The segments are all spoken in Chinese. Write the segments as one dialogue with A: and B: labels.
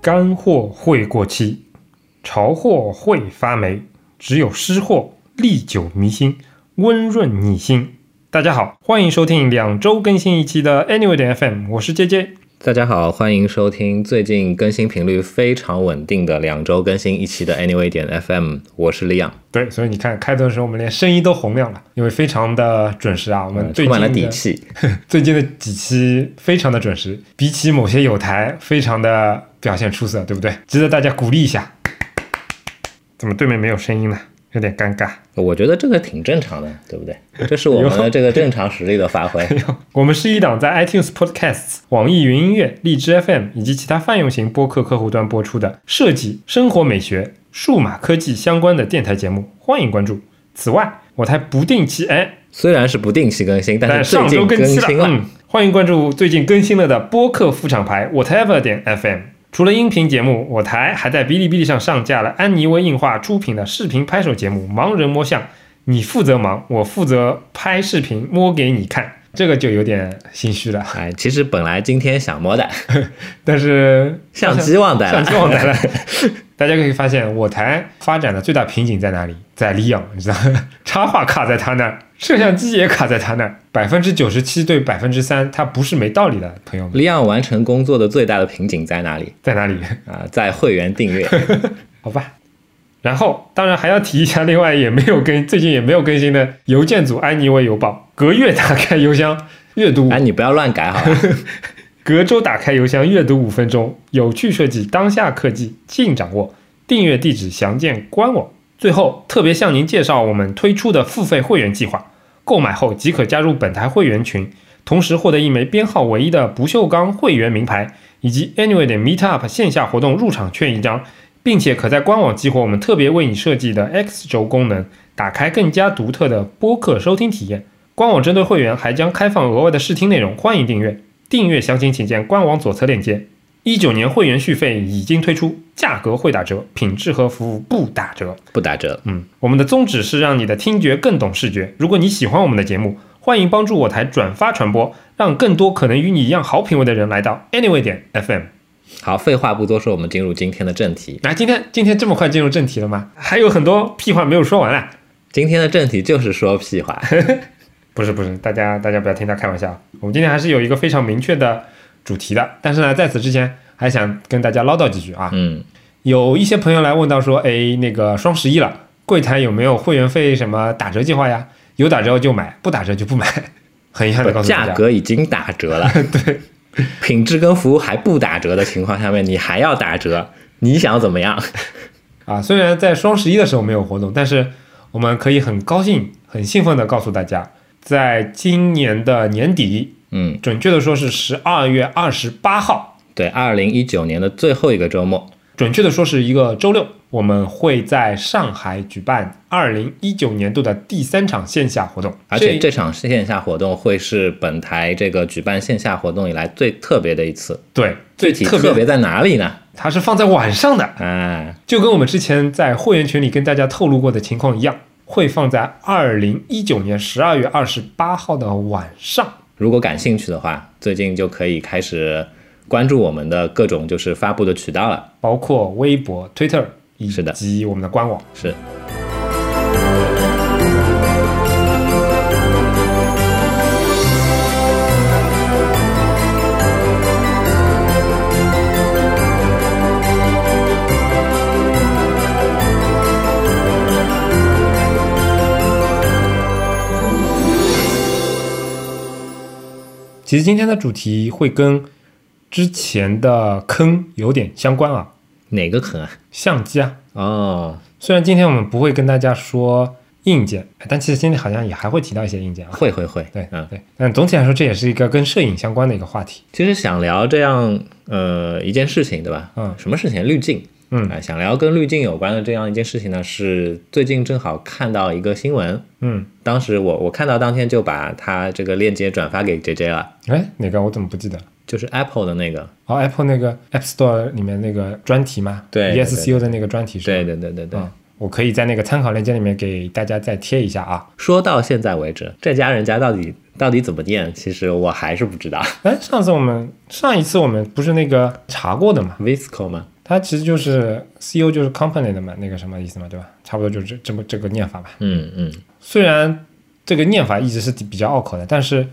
A: 干货会过期，潮货会发霉，只有湿货历久弥新，温润你心。大家好，欢迎收听两周更新一期的 Anyway 点 FM，我是 JJ。
B: 大家好，欢迎收听最近更新频率非常稳定的两周更新一期的 Anyway 点 FM，我是李昂，
A: 对，所以你看开头的时候，我们连声音都洪亮了，因为非常的准时啊。我们
B: 呃
A: 最
B: 充
A: 近
B: 满
A: 的
B: 了底气。
A: 最近的几期非常的准时，比起某些有台，非常的表现出色，对不对？值得大家鼓励一下。怎么对面没有声音呢？有点尴尬。
B: 我觉得这个挺正常的，对不 对？这是我们的这个正常实力的发挥。
A: 我们是一档在 iTunes Podcasts、网易云音乐、荔枝 FM 以及其他泛用型播客客户端播出的设计、生活美学、数码科技相关的电台节目，欢迎关注。此外，我台不定期哎，
B: 虽然是不定期更新，
A: 但
B: 但是
A: 上
B: 最
A: 周
B: 近
A: 更期了，
B: 新了。
A: 嗯，欢迎关注最近更新了的播客副厂牌 whatever 点 FM。除了音频节目，我台还在哔哩哔哩上上架了安妮微映画出品的视频拍手节目《盲人摸象》，你负责忙，我负责拍视频摸给你看，这个就有点心虚了。
B: 哎，其实本来今天 想摸的，
A: 但是
B: 相机忘带
A: 相
B: 了。
A: 机忘带了， 大家可以发现我台发展的最大瓶颈在哪里？在李昂，你知道， 插画卡在他那儿，摄像机也卡在他那儿，百分之九十七对百分之三，它不是没道理的，朋友们
B: 利昂完成工作的最大的瓶颈在哪里？
A: 在哪里？
B: 啊、在会员订阅。
A: 好吧。然后，当然还要提一下，另外也没有更，最近也没有更新的邮件组安妮微邮报，隔月打开邮箱阅读五
B: 哎，你不要乱改好啊吧？
A: 隔周打开邮箱阅读五分钟，有趣设计，当下科技尽掌握。订阅地址详见官网。最后，特别向您介绍我们推出的付费会员计划，购买后即可加入本台会员群，同时获得一枚编号唯一的不锈钢会员名牌，以及 Anyway 的 Meetup 线下活动入场券一张，并且可在官网激活我们特别为你设计的 X 轴功能，打开更加独特的播客收听体验。官网针对会员还将开放额外的试听内容，欢迎订阅。订阅详情请见官网左侧链接。一九年会员续费已经推出，价格会打折，品质和服务不打折。
B: 不打折。
A: 嗯，我们的宗旨是让你的听觉更懂视觉。如果你喜欢我们的节目，欢迎帮助我台转发传播，让更多可能与你一样好品味的人来到 Anyway 点 FM。
B: 好，废话不多说，我们进入今天的正题。
A: 那、今天今天这么快进入正题了吗？还有很多屁话没有说完啊！
B: 今天的正题就是说屁话。
A: 不是不是，大家大家不要听他开玩笑，我们今天还是有一个非常明确的主题的。但是呢，在此之前还想跟大家唠叨几句啊。
B: 嗯，
A: 有一些朋友来问到说，哎，那个双十一了，柜台有没有会员费什么打折计划呀？有打折就买，不打折就不买。 很遗憾的告诉大
B: 价
A: 家，
B: 格已经打 折了，对，品质跟服务还不打折的情况下面，你还要打折，你想怎么样？
A: 啊，虽然在双十一的时候没有活动，但是我们可以很高兴、很兴奋的告诉大家，在今年的年底，
B: 嗯，
A: 准确的说是十二月二十八号，
B: 对，二零一九年的最后一个周末，
A: 准确的说是一个周六，我们会在上海举办二零一九年度的第三场线下活动，
B: 而且这场线下活动会是本台这个举办线下活动以来最特别的一次。
A: 对
B: 具体
A: 特别
B: 特别在哪里呢？
A: 它是放在晚上的。
B: 啊，
A: 就跟我们之前在会员群里跟大家透露过的情况一样，会放在二零一九年十二月二十八号的晚上。
B: 如果感兴趣的话，最近就可以开始关注我们的各种就是发布的渠道了。
A: 包括微博、Twitter 以
B: 是的
A: 及我们的官网。
B: 是，
A: 其实今天的主题会跟之前的坑有点相关啊，
B: 哪个坑啊？
A: 相机啊。
B: 哦，
A: 虽然今天我们不会跟大家说硬件，但其实今天好像也还会提到一些硬件啊。
B: 会会会，
A: 对，
B: 嗯，
A: 对，但总体来说，这也是一个跟摄影相关的一个话题。
B: 其实想聊这样呃一件事情，对吧？
A: 嗯
B: 什么事情？滤镜。
A: 嗯
B: 啊、想聊跟滤镜有关的这样一件事情呢，是最近正好看到一个新闻，
A: 嗯，
B: 当时我我看到当天就把它这个链接转发给 JJ 了，
A: 哎，哪个我怎么不记得了？
B: 就是 Apple 的那个。
A: 哦，Apple 那个 App Store 里面那个专题嘛，
B: 对
A: e s c o 的那个专题是吧？
B: 对对对对对。
A: 嗯我可以在那个参考链接里面给大家再贴一下啊。
B: 说到现在为止，这家人家到底到底怎么念，其实我还是不 知道。
A: 哎，上次我们上一次我们不是那个查过的嘛？
B: Visco 吗？
A: 它其实就是 C E O 就是 company 的嘛，那个什么意思嘛，对吧？差不多就是这这么这个念法吧。
B: 嗯嗯，
A: 虽然这个念法一直是比较拗口的，但是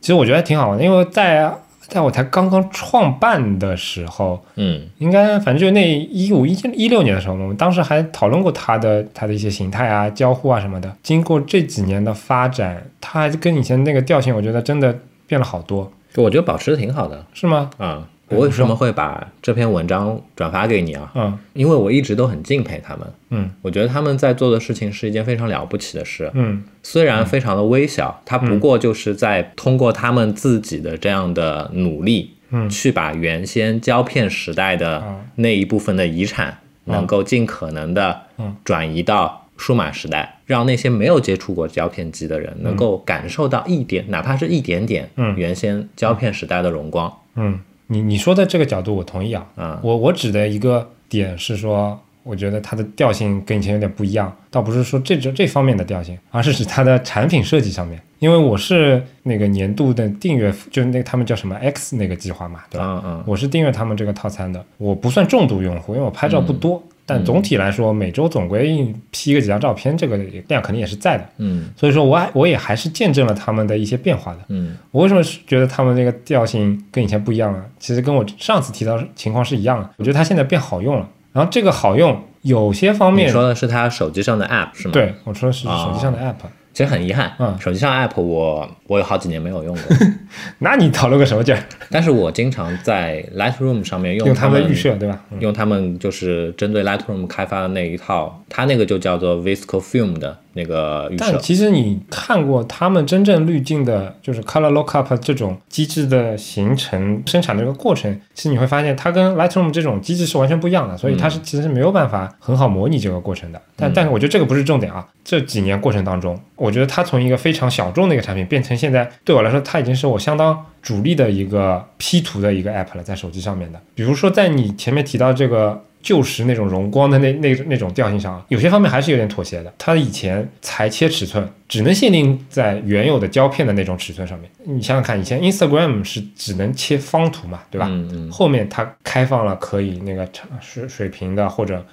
A: 其实我觉得还挺好玩的，因为在在我才刚刚创办的时候，
B: 嗯，
A: 应该反正就那一五一一六年的时候，我们当时还讨论过它的它的一些形态啊、交互啊什么的。经过这几年的发展，它还跟以前那个调性，我觉得真的变了好多，
B: 我觉得保持的挺好的
A: 是吗？
B: 啊。
A: 嗯
B: 我为什么会把这篇文章转发给你啊？
A: 嗯
B: 因为我一直都很敬佩他们，
A: 嗯
B: 我觉得他们在做的事情是一件非常了不起的事，
A: 嗯
B: 虽然非常的微小，它不过就是在通过他们自己的这样的努力，
A: 嗯
B: 去把原先胶片时代的
A: 嗯
B: 那一部分的遗产，能够尽可能的
A: 嗯
B: 转移到数码时代，让那些没有接触过胶片机的人能够感受到一点，哪怕是一点点，
A: 嗯
B: 原先胶片时代的荣光。
A: 嗯，你你说的这个角度我同意啊。
B: 啊，
A: 我我指的一个点是说，我觉得它的调性跟以前有点不一样，倒不是说这这这方面的调性，而是指它的产品设计上面。因为我是那个年度的订阅，就是那个他们叫什么 X 那个计划嘛，对吧？
B: 嗯嗯
A: 我是订阅他们这个套餐的，我不算重度用户，因为我拍照不多，但总体来说每周总归 P 个几张照片，这个量肯定也是在的。
B: 嗯
A: 所以说我还我也还是见证了他们的一些变化的。
B: 嗯
A: 我为什么觉得他们这个调性跟以前不一样了？其实跟我上次提到的情况是一样的。我觉得它现在变好用了，然后这个好用有些方
B: 你
A: 面，
B: 说的是他手机上的 App 是吗？，
A: 对我说的是
B: 啊
A: 手机上的 app，、
B: 其实很遗憾，
A: 嗯
B: 手机上 App 我我有好几年没有用过，
A: 那你讨论个什么劲儿？
B: 但是我经常在 Lightroom 上面
A: 用
B: 用
A: 他
B: 们
A: 们的预设对吧？嗯
B: 用他们就是针对 Lightroom 开发的那一套，它那个就叫做 Visco Film 的那个预
A: 但
B: 设。
A: 其实你看过他们真正滤镜的，就是 color lookup 这种机制的形成、生产的一个过程，其实你会发现它跟 Lightroom 这种机制是完全不一样的，所以
B: 嗯
A: 它是其实是没有办法很好模拟这个过程的。但但是我觉得这个不是重点啊。这几年过程当中，我觉得它从一个非常小众的一个产品，变成现在对我来说，它已经是我相当主力的一个 P 图的一个 app 了，在手机上面的。比如说在你前面提到这个旧时那种荣光的那那那种调性上啊，有些方面还是有点妥协的。它以前裁切尺寸只能限定在原有的胶片的那种尺寸上面。你想想看，以前 Instagram 是只能切方图嘛，对吧？
B: 嗯嗯
A: 后面它开放了可以那个长水水平的或者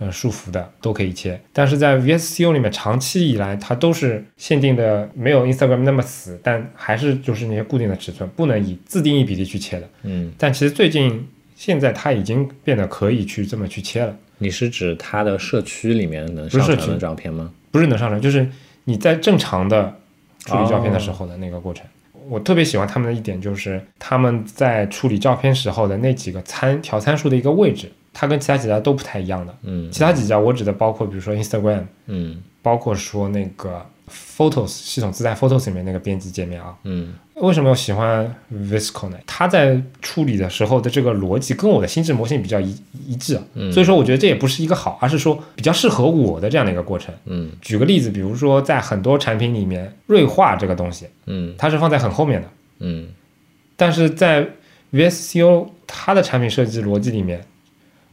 A: 呃束缚的都可以切，但是在 VSCO 里面长期以来它都是限定的，没有 Instagram 那么死，但还是就是那些固定的尺寸，不能以自定义比例去切的。
B: 嗯，
A: 但其实最近现在它已经变得可以去这么去切了，
B: 你是指它的社区里面能上
A: 不是
B: 传
A: 社
B: 的
A: 区
B: 照片吗？
A: 不是能上传，就是你在正常的处理照片的时候的那个过程。我特别喜欢他们的一点就是他们在处理照片时候的那几个参调参数的一个位置，它跟其他几家都不太一样的。
B: 嗯
A: 其他几家我指的包括比如说 Instagram，
B: 嗯
A: 包括说那个 Photos 系统自带 Photos 里面那个编辑界面啊。
B: 嗯
A: 为什么我喜欢 Visco 呢？它在处理的时候的这个逻辑跟我的心智模型比较一一致啊，
B: 嗯
A: 所以说我觉得这也不是一个好，而是说比较适合我的这样的一个过程。
B: 嗯
A: 举个例子，比如说在很多产品里面，锐化这个东西
B: 嗯
A: 它是放在很后面的，
B: 嗯
A: 但是在 VSCO 它的产品设计逻辑里面，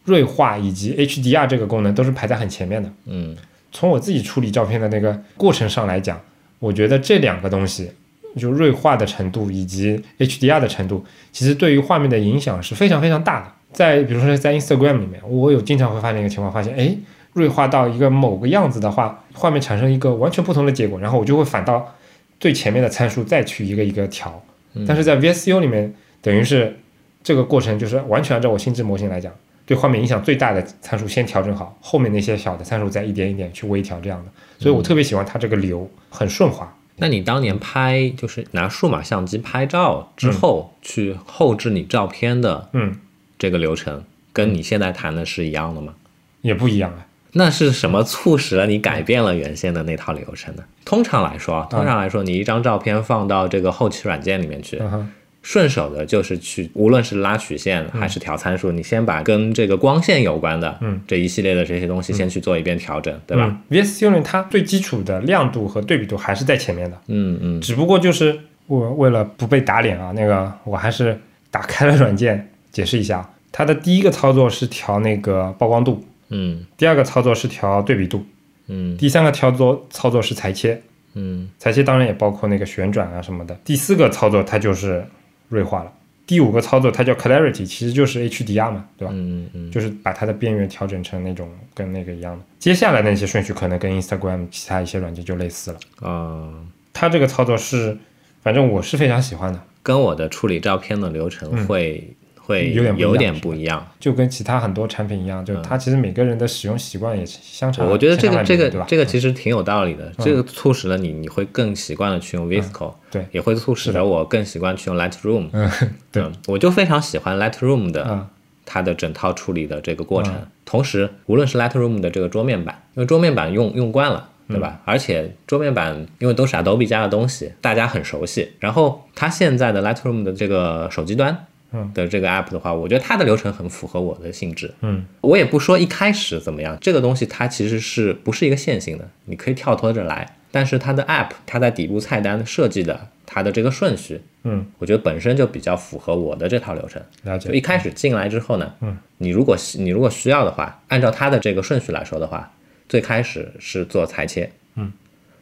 A: 锐化以及 HDR 这个功能都是排在很前面的。
B: 嗯
A: 从我自己处理照片的那个过程上来讲，我觉得这两个东西，就锐化的程度以及 HDR 的程度，其实对于画面的影响是非常非常大的。在比如说在 Instagram 里面，我有经常会发现一个情况，发现哎，诶锐化到一个某个样子的话，画面产生一个完全不同的结果，然后我就会反倒最前面的参数再去一个一个调。但是在 VSCO 里面，等于是这个过程就是完全按照我心智模型来讲，对画面影响最大的参数先调整好，后面那些小的参数再一点一点去微调这样的。所以我特别喜欢它这个流，很顺滑。
B: 那你当年拍就是拿数码相机拍照之后、去后置你照片的
A: 嗯，
B: 这个流程，跟你现在谈的是一样的吗？
A: 也不一样啊。
B: 那是什么促使了你改变了原先的那套流程呢？通常来说
A: 嗯
B: 啊，通常来说，你一张照片放到这个后期软件里面去，
A: 嗯哼，
B: 顺手的就是去，无论是拉曲线还是调参数，你先把跟这个光线有关的
A: 嗯
B: 这一系列的这些东西先去做一遍调整，对吧？
A: 嗯？VSCO 呢，它最基础的亮度和对比度还是在前面的，
B: 嗯嗯
A: 只不过就是我为了不被打脸啊，那个我还啊是打开了软件解释一下。它的第一个操作是调那个曝光度，
B: 嗯
A: 第二个操作是调对比度，
B: 嗯
A: 第三个操作操作是裁切，
B: 嗯
A: 裁切当然也包括那个旋转啊什么的。第四个操作它就是锐化了，第五个操作它叫 clarity，其实就是 HDR 嘛，对吧？
B: 嗯嗯
A: 就是把它的边缘调整成那种跟那个一样的。接下来那些顺序可能跟 Instagram 其他一些软件就类似了。
B: 啊，
A: 它这个操作是，反正我是非常喜欢的，
B: 跟我的处理照片的流程会会
A: 嗯有点不一样
B: 有点不一样。
A: 就跟其他很多产品一样，就是它其实每个人的使用习惯也是相差。
B: 嗯我觉得这
A: 相
B: 个
A: 差
B: 这
A: 蛮多的对
B: 个
A: 吧？嗯
B: 这个其实挺有道理的，这个促使了你你会更习惯的去用 Visco，、
A: 对
B: 也会促使了我更习惯去用 Lightroom，
A: 嗯，对
B: 嗯我就非常喜欢 Lightroom 的、
A: 嗯
B: 它的整套处理的这个过程。同时，无论是 Lightroom 的这个桌面版，因为桌面版用用惯了。
A: 嗯
B: 对吧？而且桌面版因为都是 Adobe 家的东西，大家很熟悉。然后它现在的 Lightroom 的这个手机端
A: 嗯
B: 的这个 App 的话，我觉得它的流程很符合我的性质。
A: 嗯，
B: 我也不说一开始怎么样，这个东西它其实是不是一个线性的，你可以跳脱着来。但是它的 App，它在底部菜单设计的它的这个顺序，
A: 嗯，
B: 我觉得本身就比较符合我的这套流程。
A: 了
B: 就
A: 解。
B: 一开始进来之后呢，嗯，你如果需你如果需要的话，按照它的这个顺序来说的话，最开始是做裁切，
A: 嗯，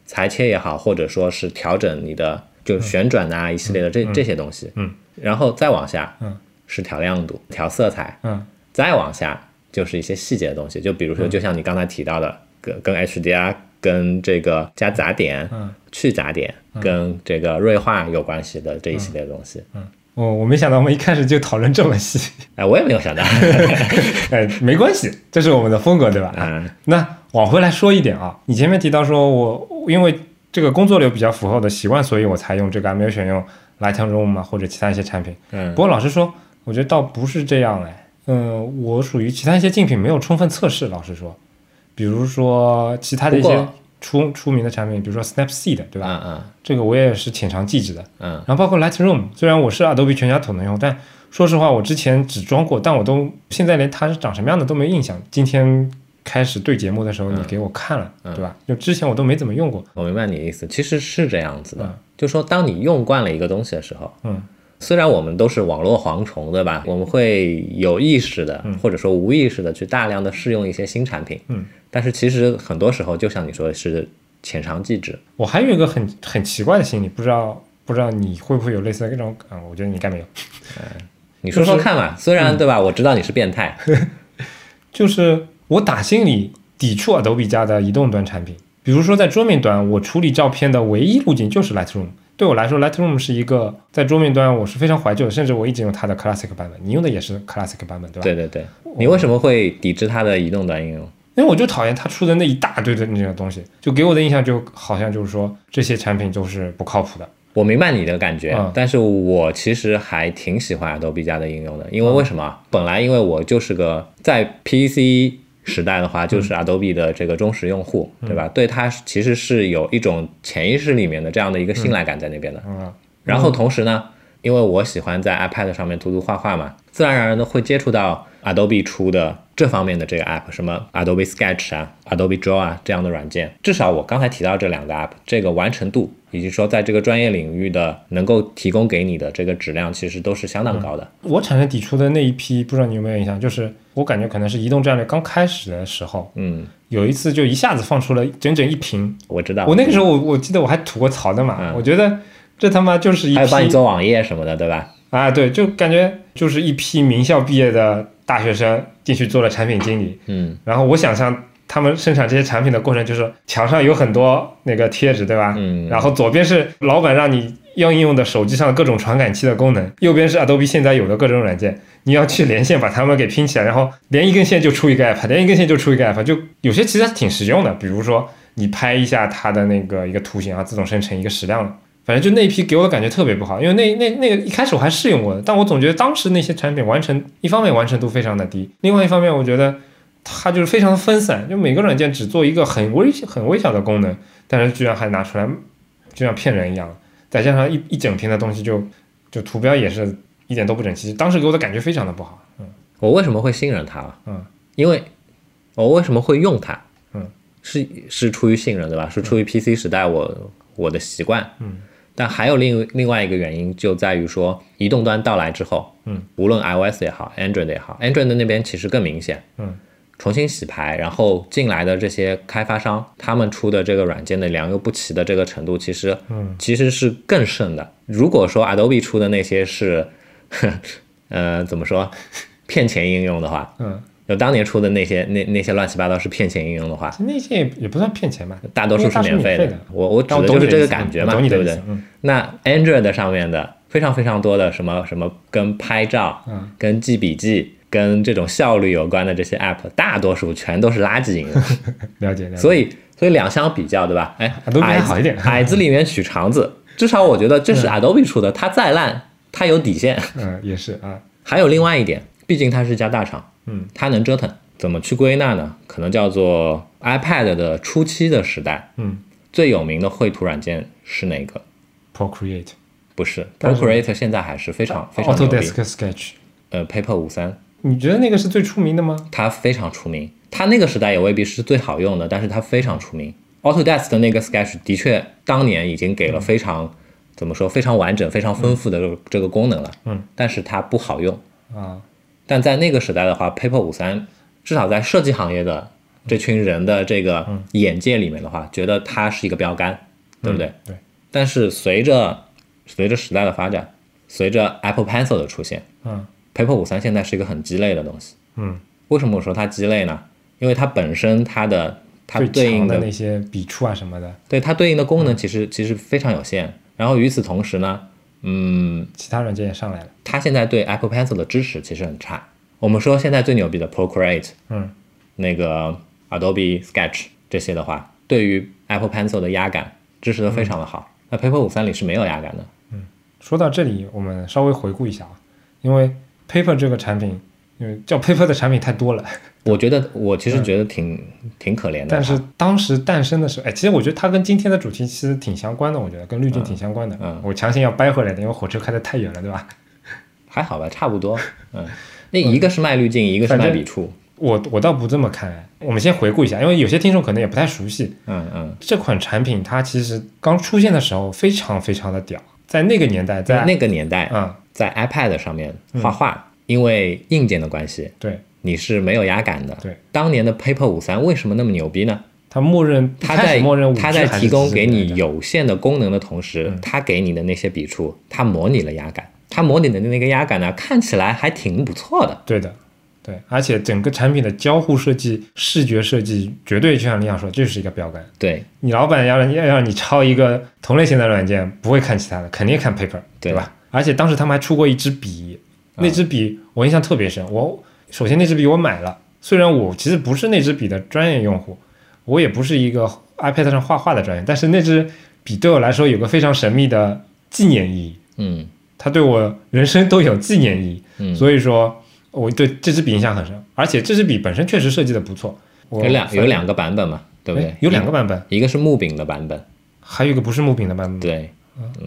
B: 裁切也好，或者说是调整你的就旋转啊、一系列的这、这些东西，
A: 嗯，
B: 然后再往下，
A: 嗯，
B: 是调亮度、调色彩，
A: 嗯
B: 再往下就是一些细节的东西，就比如说，就像你刚才提到的，跟跟 HDR、跟这个加杂点、
A: 嗯
B: 去杂点、跟这个锐化有关系的这一系列的东西。
A: 嗯，我、我没想到我们一开始就讨论这么细，
B: 哎，我也没有想到，
A: 哎，没关系，这是我们的风格，对吧？
B: 嗯
A: 那往回来说一点啊，你前面提到说我因为这个工作流比较符合我的习惯，所以我才用这个，没有选用 Lightroom 啊或者其他一些产品。
B: 嗯
A: 不过老实说，我觉得倒不是这样哎，嗯，我属于其他一些竞品没有充分测试，老实说，比如说其他的一
B: 不
A: 些
B: 过
A: 出出名的产品，比如说 Snapseed，对吧？
B: 嗯
A: 这个我也是浅尝即止的。
B: 嗯
A: 然后包括 Lightroom，虽然我是 Adobe 全家桶的用户，但说实话，我之前只装过，但我都现在连它是长什么样的都没印象。今天开始对节目的时候，你给我看了，对吧？就之前我都没怎么用过。
B: 我明白你的意思，其实是这样子的，就说当你用惯了一个东西的时候，
A: 嗯，
B: 虽然我们都是网络蝗虫，对吧？我们会有意识的，或者说无意识的去大量的试用一些新产品，
A: 嗯，
B: 但是其实很多时候，就像你说的是浅尝即止，
A: 我还有一个很很奇怪的心理，不知道不知道你会不会有类似的这种啊、我觉得你应该没有。
B: 你说说看嘛。虽然对吧，我知嗯道你是变态，
A: 就是我打心里抵触 Adobe 家的移动端产品。比如说在桌面端，我处理照片的唯一路径就是 Lightroom。对我来说，Lightroom 是一个在桌面端我是非常怀旧的，甚至我一直用它的 Classic 版本。你用的也是 Classic 版本，对吧？
B: 对对对，你为什么会抵制它的移动端应用？
A: 因为我就讨厌它出的那一大堆的那种东西，就给我的印象就好像就是说这些产品都是不靠谱的。
B: 我明白你的感觉，
A: 嗯
B: 但是我其实还挺喜欢 Adobe 家的应用的，因为为什么啊？本来因为我就是个在 PC 时代的话，就是 Adobe 的这个忠实用户，对吧？对它其实是有一种潜意识里面的这样的一个信赖感在那边的。
A: 嗯
B: 然后同时呢，因为我喜欢在 iPad 上面涂涂画画嘛，自然而然的会接触到 Adobe 出的这方面的这个 app，什么 Adobe Sketch 啊、Adobe Draw 啊这样的软件。至少我刚才提到这两个 app，这个完成度以及说在这个专业领域的能够提供给你的这个质量，其实都是相当高的。
A: 我产生抵触的那一批，不知道你有没有印象？就是我感觉可能是移动战略刚开始的时候，
B: 嗯，
A: 有一次就一下子放出了整整一屏
B: 我知道。
A: 我那个时候我我记得我还吐过槽的嘛，
B: 嗯
A: 我觉得这他妈就是一
B: 还有帮你
A: 批
B: 做网页什么的，对吧？
A: 啊，对，就感觉就是一批名校毕业的大学生进去做了产品经理，
B: 嗯
A: 然后我想象他们生产这些产品的过程，就是墙上有很多那个贴纸，对吧？
B: 嗯
A: 然后左边是老板让你要应用的手机上各种传感器的功能，右边是 Adobe 现在有的各种软件，你要去连线把它们给拼起来，然后连一根线就出一个 app，连一根线就出一个 app，就有些其实挺实用的，比如说你拍一下它的那个一个图形啊，自动生成一个矢量了。反正就那一批给我的感觉特别不好，因为那那那个一开始我还试用过的，但我总觉得当时那些产品完成，一方面完成度非常的低，另外一方面我觉得它就是非常的分散，就每个软件只做一个很微很微小的功能，但是居然还拿出来，就像骗人一样。再加上一一整屏的东西就，就图标也是一点都不整齐，当时给我的感觉非常的不好。
B: 我为什么会信任它啊？
A: 嗯，
B: 因为我为什么会用它？
A: 嗯，
B: 是是出于信任，对吧？是出于 PC 时代我我的习惯。
A: 嗯，
B: 但还有另另外一个原因就在于说，移动端到来之后，
A: 嗯，
B: 无论 iOS 也好，Android 也好，Android 的那边其实更明显。
A: 嗯，
B: 重新洗牌，然后进来的这些开发商，他们出的这个软件的良莠不齐的这个程度，其实，
A: 嗯，
B: 其实是更甚的。如果说 Adobe 出的那些是， 呵呃，怎么说，骗钱应用的话，
A: 嗯，
B: 就当年出的那些那那些乱七八糟是骗钱应用的话，
A: 那些也也不算骗钱吧，
B: 大多数是
A: 因
B: 免费
A: 为它是免费的
B: 我我指
A: 但我
B: 的
A: 懂
B: 就是
A: 你的
B: 这
A: 意
B: 个
A: 思
B: 感觉
A: 我
B: 嘛，
A: 懂你的
B: 对不
A: 意
B: 对
A: 思？嗯
B: 那 Android 上面的非常非常多的什么什么跟拍照、
A: 嗯
B: 跟记笔记、跟这种效率有关的这些 App，大多数全都是垃圾 应用。
A: 了解了解。
B: 所以，所以两相比较，对吧？哎
A: Adobe
B: 矮
A: 还好一点
B: 矮子里面取长子，至少我觉得这是 Adobe 出的，它再烂，它有底线。
A: 嗯，也是啊，
B: 还有另外一点，毕竟它是一家大厂，
A: 嗯，
B: 它能折腾。怎么去归纳呢？可能叫做 iPad 的初期的时代，
A: 嗯
B: 最有名的绘图软件是哪个？
A: ，Procreate、
B: 不是
A: 但是
B: ，Procreate 现在还是非常非常牛逼。
A: Autodesk Sketch，
B: 呃，Paper 五三，
A: 你觉得那个是最出名的吗？
B: 它非常出名。它那个时代也未必是最好用的，但是它非常出名。Autodesk 的那个 Sketch 的确当年已经给
A: 嗯
B: 了非常、怎么说非常完整、非常丰富的这个、这个功能了。
A: 嗯，
B: 但是它不好用。
A: 啊，
B: 但在那个时代的话，Paper 五三至少在设计行业的这群人的这个
A: 嗯
B: 眼界里面的话，觉得它是一个标杆，对不对？
A: 嗯对。
B: 但是随着随着时代的发展，随着 Apple Pencil 的出现，
A: 嗯
B: ，Paper 五三现在是一个很鸡肋的东西。
A: 嗯，
B: 为什么我说它鸡肋呢？因为它本身它的它
A: 最
B: 对应
A: 强
B: 的
A: 的那嗯些笔触啊什么的，
B: 对它对应的功能其实其实非常有限。然后与此同时呢，嗯，
A: 其他软件也上来了。
B: 它现在对 Apple Pencil 的支持其实很差。我们说现在最牛逼的 Procreate，
A: 嗯，
B: 那个 Adobe Sketch 这些的话，对于 Apple Pencil 的压感支持的非常的好。
A: 嗯
B: 那 Paper 五三里是没有压感的，
A: 说到这里，我们稍微回顾一下啊，因为 Paper 这个产品，因为叫 Paper 的产品太多了，
B: 我觉得我其实觉得挺、挺可怜
A: 嗯
B: 的。
A: 但是当时诞生的时候，哎，其实我觉得它跟今天的主题其实挺相关的，我觉得跟滤镜挺相关的。
B: 嗯嗯
A: 我强行要掰回来的，因为火车开得太远了，对吧？
B: 还好吧，差不多。 嗯，那一个是卖滤镜，一个是卖笔触。
A: 我我倒不这么看，哎我们先回顾一下，因为有些听众可能也不太熟悉，
B: 嗯嗯，
A: 这款产品它其实刚出现的时候非常非常的屌，在那个年代，在
B: 在那个年代，
A: 嗯
B: 在 iPad 上面画画，因为硬件的关系，
A: 对，
B: 你是没有压感的。
A: 对，
B: 当年的 Paper 五三为什么那么牛逼呢？
A: 它默认
B: 它
A: 一开始
B: 在
A: 默认五 G
B: 它在
A: 还是
B: 提供
A: 4G
B: 给
A: 的
B: 你有限的功能的同时，
A: 嗯
B: 它给你的那些笔触，它模拟了压感，它模拟的那个压感呢，看起来还挺不错的。
A: 对的，对，而且整个产品的交互设计、视觉设计，绝对就像李想说，这是一个标杆。
B: 对
A: 你老板要要让你抄一个同类型的软件，不会看其他的，肯定看 Paper，
B: 对嗯
A: 吧？而且当时他们还出过一支笔，那支笔我印象特别深。我首先那支笔我买了，虽然我其实不是那支笔的专业用户，我也不是一个 iPad 上画画的专业，但是那支笔对我来说有个非常神秘的纪念意义。
B: 嗯
A: 它对我人生都有纪念意义，
B: 嗯
A: 所以说我对这支笔印象很深，而且这支笔本身确实设计的不错。我
B: 有两有两个版本嘛，对不对
A: 哎？有两个版本，
B: 一个是木柄的版本，
A: 还有一个不是木柄的版本，
B: 对，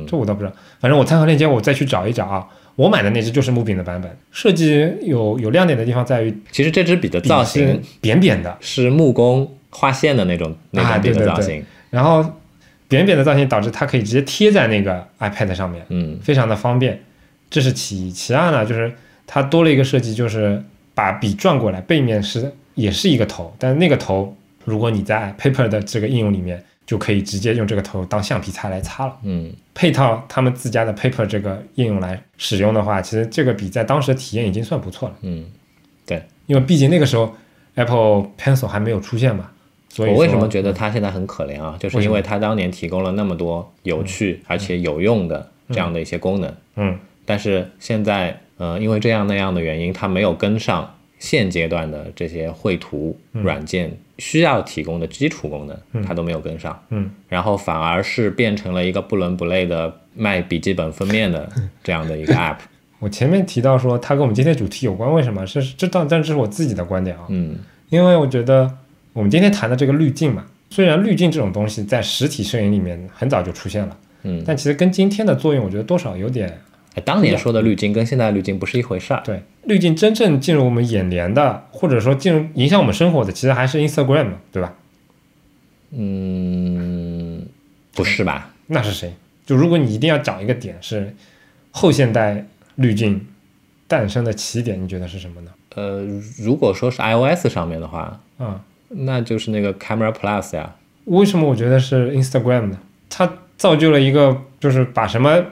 A: 这我倒不知道。反正我参考链接我再去找一找啊。我买的那支就是木柄的版本，设计有有亮点的地方在于
B: 其实这支笔的
A: 笔
B: 造
A: 是
B: 型
A: 扁扁的，
B: 是木工画线的那种那
A: 啊
B: 种笔
A: 对
B: 的
A: 对
B: 造
A: 对
B: 型，
A: 然后扁扁的造型导致它可以直接贴在那个 iPad 上面，
B: 嗯
A: 非常的方便，这是其一。其二呢，就是它多了一个设计，就是把笔转过来，背面是也是一个头，但那个头如果你在 Paper 的这个应用里面，就可以直接用这个头当橡皮擦来擦了。
B: 嗯，
A: 配套他们自家的 Paper 这个应用来使用的话，其实这个笔在当时的体验已经算不错了，
B: 嗯，对。
A: 因为毕竟那个时候 Apple Pencil 还没有出现嘛。所以
B: 我为什么
A: 说嗯
B: 觉得它现在很可怜啊？就是
A: 为什
B: 因
A: 么
B: 为它当年提供了那么多有趣而且有用的这样的一些功能，
A: 嗯，
B: 但是现在，呃，因为这样那样的原因，它没有跟上现阶段的这些绘图软件需要提供的基础功能，它都没有跟上，
A: 嗯，
B: 然后反而是变成了一个不伦不类的卖笔记本封面的这样 的一个 app，
A: 我前面提到说它跟我们今天主题有关，为什么？是这当但这是我自己的观点啊，
B: 嗯
A: 因为我觉得我们今天谈的这个滤镜嘛，虽然滤镜这种东西在实体摄影里面很早就出现了，
B: 嗯，
A: 但其实跟今天的作用，我觉得多少有点
B: 哎当年说的滤镜跟现在的滤镜不是一回事儿，
A: 对。滤镜真正进入我们眼帘的，或者说进入影响我们生活的，其实还是 Instagram 嘛，对吧？
B: 嗯，不是吧？
A: 那是谁？就如果你一定要找一个点是后现代滤镜诞生的起点，你觉得是什么呢？
B: 呃，如果说是 iOS 上面的话，
A: 啊、
B: 那就是那个 Camera Plus 呀，
A: 为什么我觉得是 Instagram 呢？它造就了一个，就是把什么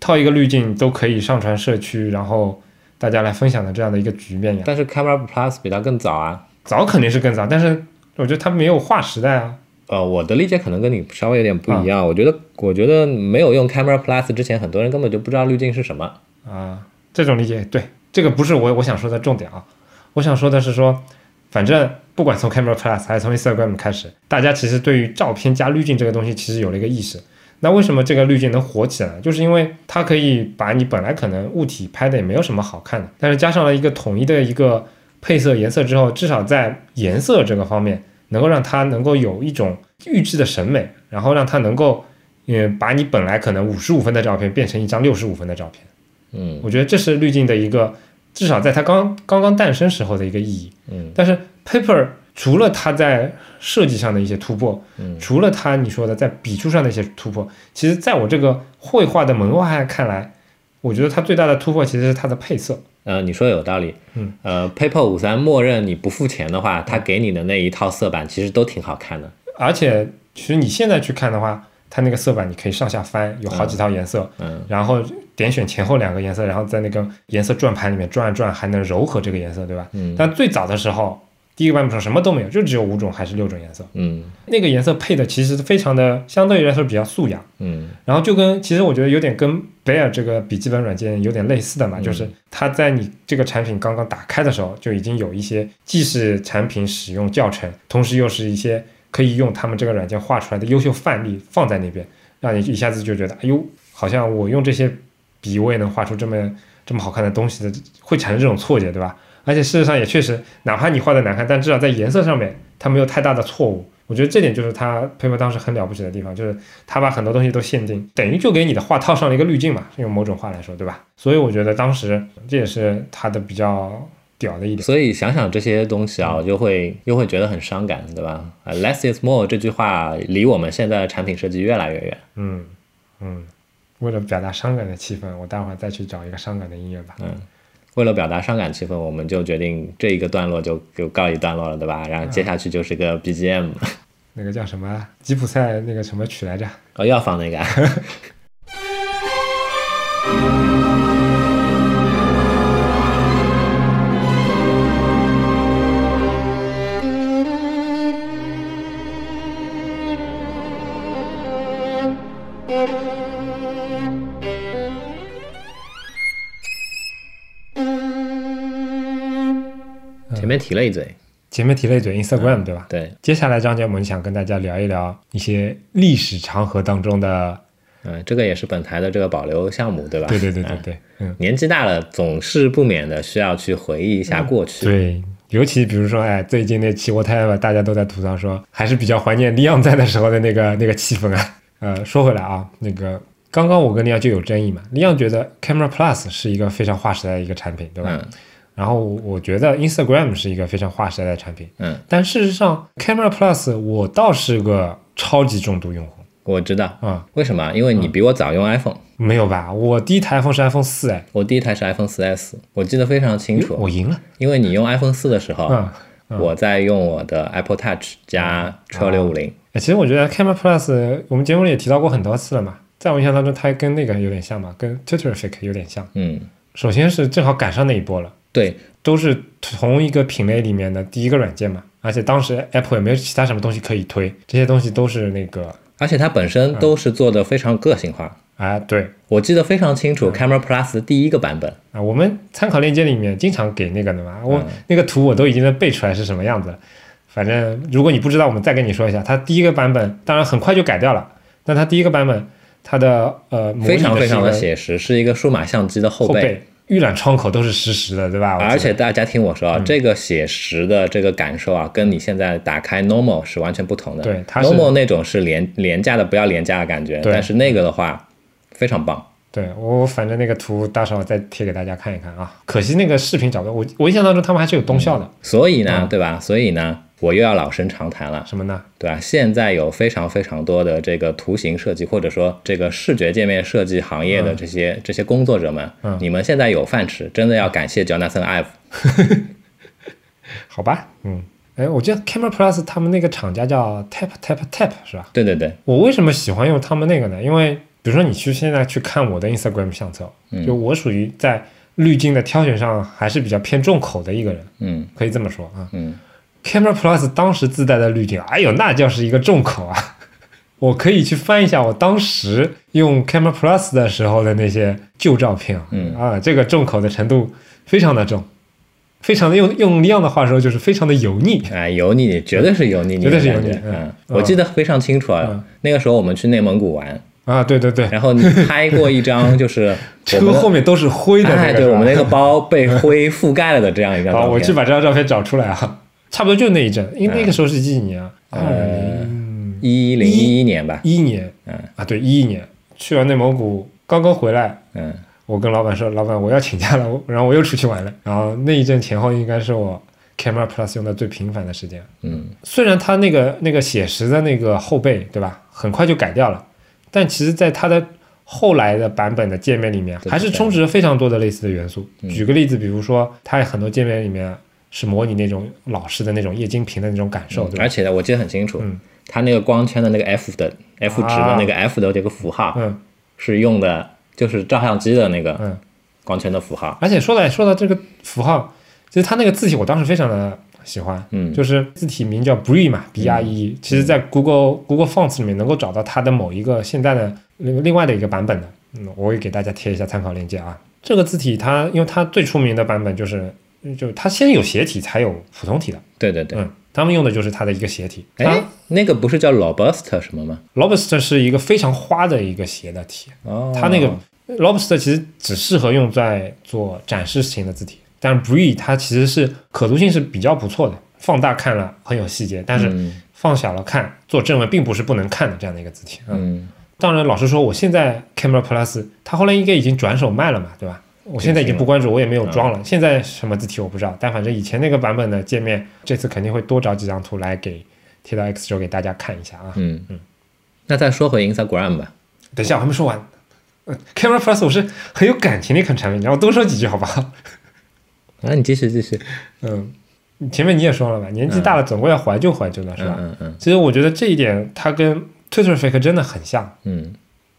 A: 套一个滤镜都可以上传社区，然后大家来分享的这样的一个局面呀。
B: 但是 Camera Plus 比它更早啊。
A: 早肯定是更早，但是我觉得它没有划时代啊。
B: 呃，我的理解可能跟你稍微有点不一样。我觉得，我觉得没有用 Camera Plus 之前，很多人根本就不知道滤镜是什么。
A: 啊，这种理解对，这个不是我我想说的重点啊，我想说的是说，反正不管从 Camera Plus 还是从 Instagram 开始，大家其实对于照片加滤镜这个东西其实有了一个意识。那为什么这个滤镜能火起来？就是因为它可以把你本来可能物体拍的也没有什么好看的，但是加上了一个统一的一个配色颜色之后，至少在颜色这个方面，能够让它能够有一种预制的审美，然后让它能够，嗯，把你本来可能五十五分的照片变成一张六十五分的照片。
B: 嗯
A: 我觉得这是滤镜的一个，至少在它刚刚刚诞生时候的一个意义。
B: 嗯
A: 但是 Paper 除了它在设计上的一些突破，
B: 嗯
A: 除了它你说的在笔触上的一些突破，其实在我这个绘画的门外看来，我觉得它最大的突破其实是它的配色。
B: 呃，你说的有道理。
A: 嗯
B: 呃，Paper 五三默认你不付钱的话，它给你的那一套色板其实都挺好看的。
A: 而且，其实你现在去看的话，它那个色板你可以上下翻，有好几套颜色，
B: 嗯
A: 然后点选前后两个颜色，然后在那个颜色转盘里面转啊转，还能柔合这个颜色，对吧？
B: 嗯
A: 但最早的时候，第一个版本上什么都没有，就只有五种还是六种颜色。
B: 嗯
A: 那个颜色配的其实非常的，相对于来说比较素雅。
B: 嗯
A: 然后就跟其实我觉得有点跟 Bear 这个笔记本软件有点类似的嘛，
B: 嗯
A: 就是它在你这个产品刚刚打开的时候，就已经有一些既是产品使用教程，同时又是一些可以用他们这个软件画出来的优秀范例放在那边，让你一下子就觉得，哎呦，好像我用这些笔我也能画出这么这么好看的东西的，会产生这种错觉，对吧？而且事实上也确实，哪怕你画的难看，但至少在颜色上面它没有太大的错误。我觉得这点就是它 Paper 当时很了不起的地方，就是它把很多东西都限定，等于就给你的画套上了一个滤镜嘛，用某种话来说，对吧？所以我觉得当时这也是它的比较屌的一点。
B: 所以想想这些东西啊，
A: 嗯
B: 我就会又会觉得很伤感，对吧、呃 l e s s is more 这句话离我们现在的产品设计越来越远。
A: 嗯嗯，为了表达伤感的气氛，我待会儿再去找一个伤感的音乐吧。
B: 为了表达伤感气氛，我们就决定这一个段落就就告一段落了，对吧？然后接下去就是个 BGM，、
A: 那个叫什么吉普赛那个什么曲来着？
B: 哦，要放那个啊，
A: 嗯
B: 前面提了一嘴，
A: 前面提了一嘴 Instagram，、对吧？
B: 对，
A: 接下来章节我们想跟大家聊一聊一些历史长河当中的，
B: 嗯，这个也是本台的这个保留项目，对吧？
A: 对对对对对，
B: 哎
A: 嗯，
B: 年纪大了，总是不免的需要去回忆一下过
A: 嗯
B: 去。
A: 对，尤其比如说，哎，最近那期 Whatever，大家都在吐槽说，还是比较怀念李昂在的时候的那个那个气氛啊。 呃，说回来啊，那个刚刚我跟李昂就有争议嘛，李昂觉得 Camera Plus 是一个非常划时代的一个产品，对吧？
B: 嗯
A: 然后我觉得 Instagram 是一个非常划时代的产品，
B: 嗯，
A: 但事实上 Camera Plus 我倒是个超级重度用户
B: 我知道，
A: 啊、
B: 为什么？因为你比我早用 iPhone，、
A: 没有吧？我第一台 iPhone 是 iPhone 四，哎，
B: 我第一台是 iPhone 4S，我记得非常清楚。
A: 嗯我赢了，
B: 因为你用 iPhone 4的时候，
A: 嗯。
B: 我在用我的 Apple Touch 加车六五零。
A: 哎，其实我觉得 Camera Plus，我们节目里也提到过很多次了嘛，在我印象当中，它跟那个有点像嘛，跟 Tutorific 有点像。
B: 嗯，
A: 首先是正好赶上那一波了，
B: 对，
A: 都是同一个品类里面的第一个软件嘛，而且当时 Apple 也没有其他什么东西可以推，这些东西都是那个，
B: 而且它本
A: 嗯
B: 身都是做的非常个性化。
A: 啊，对
B: 我记得非常清
A: 嗯
B: 楚，Camera Plus 的第一个版本，
A: 啊，我们参考链接里面经常给那个的嘛，我、
B: 嗯
A: 那个图我都已经能背出来是什么样子了。反正如果你不知道，我们再跟你说一下，它第一个版本当然很快就改掉了，但它第一个版本它的呃模拟
B: 非常
A: 的
B: 非
A: 是
B: 常
A: 一
B: 的
A: 个
B: 写实，是一个数码相机的后
A: 后
B: 背。
A: 背预览窗口都是实时的，对吧？我
B: 而
A: 记得
B: 且大家听我说
A: 嗯
B: 啊，这个写实的这个感受啊，跟你现在打开 normal 是完全不同的。
A: 对它是
B: ，normal 那种是廉廉价的不要廉价的感觉，
A: 对
B: 但是那个的话非常棒。
A: 对我哦反正那个图到时候再贴给大家看一看啊。可惜那个视频找不到，我我印象当中他们还是有冬校的，
B: 所
A: 嗯
B: 以呢，对吧？所以呢，我又要老生常谈了，
A: 什么呢？
B: 对吧？现在有非常非常多的这个图形设计，或者说这个视觉界面设计行业
A: 嗯
B: 的这些、这些工作者们，你们现在有饭吃，真的要感谢 Jonathan Ive。
A: 好吧，嗯，哎，我记得 Camera Plus 他们那个厂家叫 Tap Tap Tap 是吧？
B: 对对对，
A: 我为什么喜欢用他们那个呢？因为比如说你去现在去看我的 Instagram 相册，
B: 嗯
A: 就我属于在滤镜的挑选上还是比较偏重口的一个人，
B: 嗯
A: 可以这么说啊。
B: 嗯
A: Camera Plus 当时自带的滤镜，哎呦，那就是一个重口啊！ 我可以去翻一下我当时用 Camera Plus 的时候的那些旧照片啊，
B: 嗯
A: 啊，这个重口的程度非常的重，非常的用用 Leon 的话说就是非常的油腻。
B: 啊，油腻，绝对是油腻，
A: 绝对是油腻
B: 你的感觉
A: 嗯
B: 嗯，我记得非常清楚啊，那个时候我们去内蒙古玩，
A: 啊，对对对，
B: 然后你拍过一张就是我
A: 车
B: 们的
A: 后面都是灰的那个
B: 哎，
A: 是吧，
B: 对我们那个包被灰覆盖了的这样一张
A: 好，
B: 照
A: 我去
B: 片。
A: 把这张照片找出来啊，差不多就那一阵，因为那个时候是几几年啊？二零
B: 一零一一年吧，
A: 一年
B: 嗯
A: 啊，对，一一年去完内蒙古，刚刚回来，
B: 嗯
A: 我跟老板说，老板我要请假了，我然后我又出去玩了，然后那一阵前后应该是我 Camera Plus 用的最频繁的时间。
B: 嗯，
A: 虽然它那个那个写实的那个后背，对吧，很快就改掉了，但其实在它的后来的版本的界面里面，
B: 对
A: 还是充斥着非常多的类似的元素。举个例子，比如说它很多界面里面是模拟那种老式的那种液晶屏的那种感受，对吧？
B: 而且呢，我记得很清楚
A: 嗯，啊
B: 它那个光圈的那个 F 的 F 值的那个 F 的这个符号
A: 嗯，
B: 是用的，就是照相机的那
A: 嗯
B: 个光圈的符号。
A: 而且说来说到这个符号，就是它那个字体，我当时非常的喜欢，
B: 嗯
A: 就是字体名叫 Bree 嘛，B R E E，、其实在 Google Google Fonts 里面能够找到它的某一个现在的另另外的一个版本的，嗯，我也给大家贴一下参考链接啊。这个字体它，因为它最出名的版本就是，就是它先有斜体才有普通体的，
B: 对对对，
A: 嗯，他们用的就是它的一个斜体。
B: 哎，那个不是叫 Robust 什么吗？
A: ，Lobster 是一个非常花的一个斜的体，
B: 哦，
A: 它那个 lobster 其实只适合用在做展示型的字体，但是 bree 它其实是可读性是比较不错的，放大看了很有细节，但是
B: 嗯
A: 放小了看做正文并不是不能看的这样的一个字体。嗯，
B: 嗯，
A: 当然老实说，我现在 Camera Plus 它后来应该已经转手卖了嘛，对吧？我现在已经不关注，我也没有装
B: 嗯
A: 了。现在什么字体我不知道，但反正以前那个版本的界面，这次肯定会多找几张图来给贴到 X 轴给大家看一下啊。
B: 嗯嗯。那再说回 Instagram 吧，
A: 等一下，我还没说完。呃 Camera Plus 我是很有感情的一款产品，然后多说几句好不好？
B: 啊，你继续继续，
A: 嗯，前面你也说了吧，年纪大了总归要怀旧怀旧的，是吧？
B: 嗯嗯嗯嗯
A: 其实我觉得这一点它跟 Twitter Fake 真的很像，
B: 嗯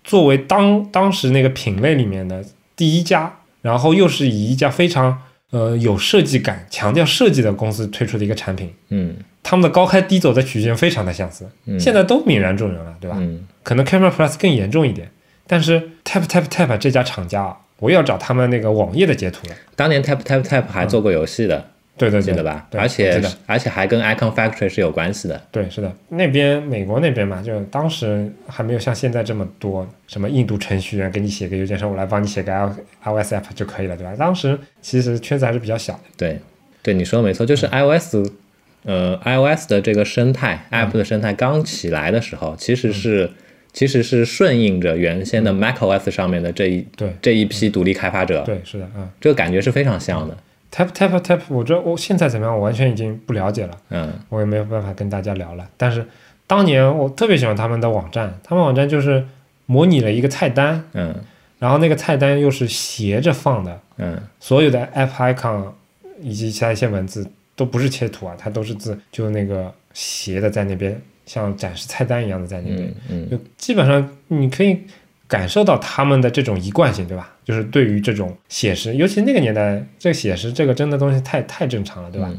A: 作为当当时那个品类里面的第一家，然后又是以一家非常呃有设计感、强调设计的公司推出的一个产品，
B: 嗯
A: 他们的高开低走的曲线非常的相似，
B: 嗯
A: 现在都泯然众人了，对吧？
B: 嗯
A: 可能 Camera Plus 更严重一点，但是 Tap Tap Tap 这家厂家啊，我要找他们那个网页的截图了。
B: 当年 Tap Tap Tap 还做过游戏的，
A: 对对
B: 记
A: 对
B: 得吧？
A: 对
B: 而
A: 我
B: 且
A: 记得
B: 而且还跟 Icon Factory 是有关系的。
A: 对，是的，那边美国那边嘛，就当时还没有像现在这么多什么印度程序员给你写个邮件说，我来帮你写个 L iOS app 就可以了，对吧？当时其实圈子还是比较小的。
B: 对，对，你说的没错，就是 iOS，、呃，iOS 的这个生态、App 的生态刚起来的时候，其实是、其实是顺应着原先的 macOS 上面的这一
A: 对
B: 这一批独立开发者，
A: 对，是的，嗯
B: 这个感觉是非常像的。
A: ，Tap Tap Tap，我这我现在怎么样，我完全已经不了解了。
B: 嗯
A: 我也没有办法跟大家聊了。但是当年我特别喜欢他们的网站，他们网站就是模拟了一个菜单，
B: 嗯
A: 然后那个菜单又是斜着放的，
B: 嗯
A: 所有的 app icon 以及其他一些文字都不是切图啊，它都是字，就那个斜的在那边，像展示菜单一样的在那边
B: 嗯，嗯
A: 就基本上你可以感受到他们的这种一贯性，对吧？就是对于这种写实，尤其那个年代，这个写实这个真的东西太太正常了，对吧？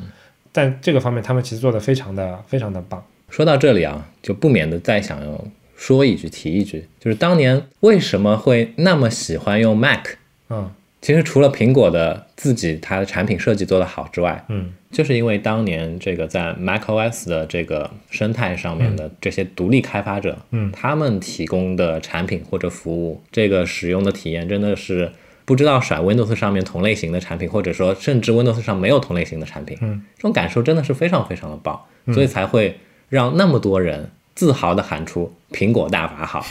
A: 但这个方面，他们其实做的非常的非常的棒。
B: 说到这里啊，就不免的再想要说一句、提一句，就是当年为什么会那么喜欢用 Mac？
A: 嗯
B: 其实除了苹果的自己它的产品设计做得好之外，
A: 嗯
B: 就是因为当年这个在 macOS 的这个生态上面的这些独立开发者，
A: 嗯
B: 他们提供的产品或者服务，这个使用的体验真的是不知道甩 Windows 上面同类型的产品，或者说甚至 Windows 上没有同类型的产品，
A: 嗯，
B: 这种感受真的是非常非常的棒，所以才会让那么多人自豪的喊出苹果大法好，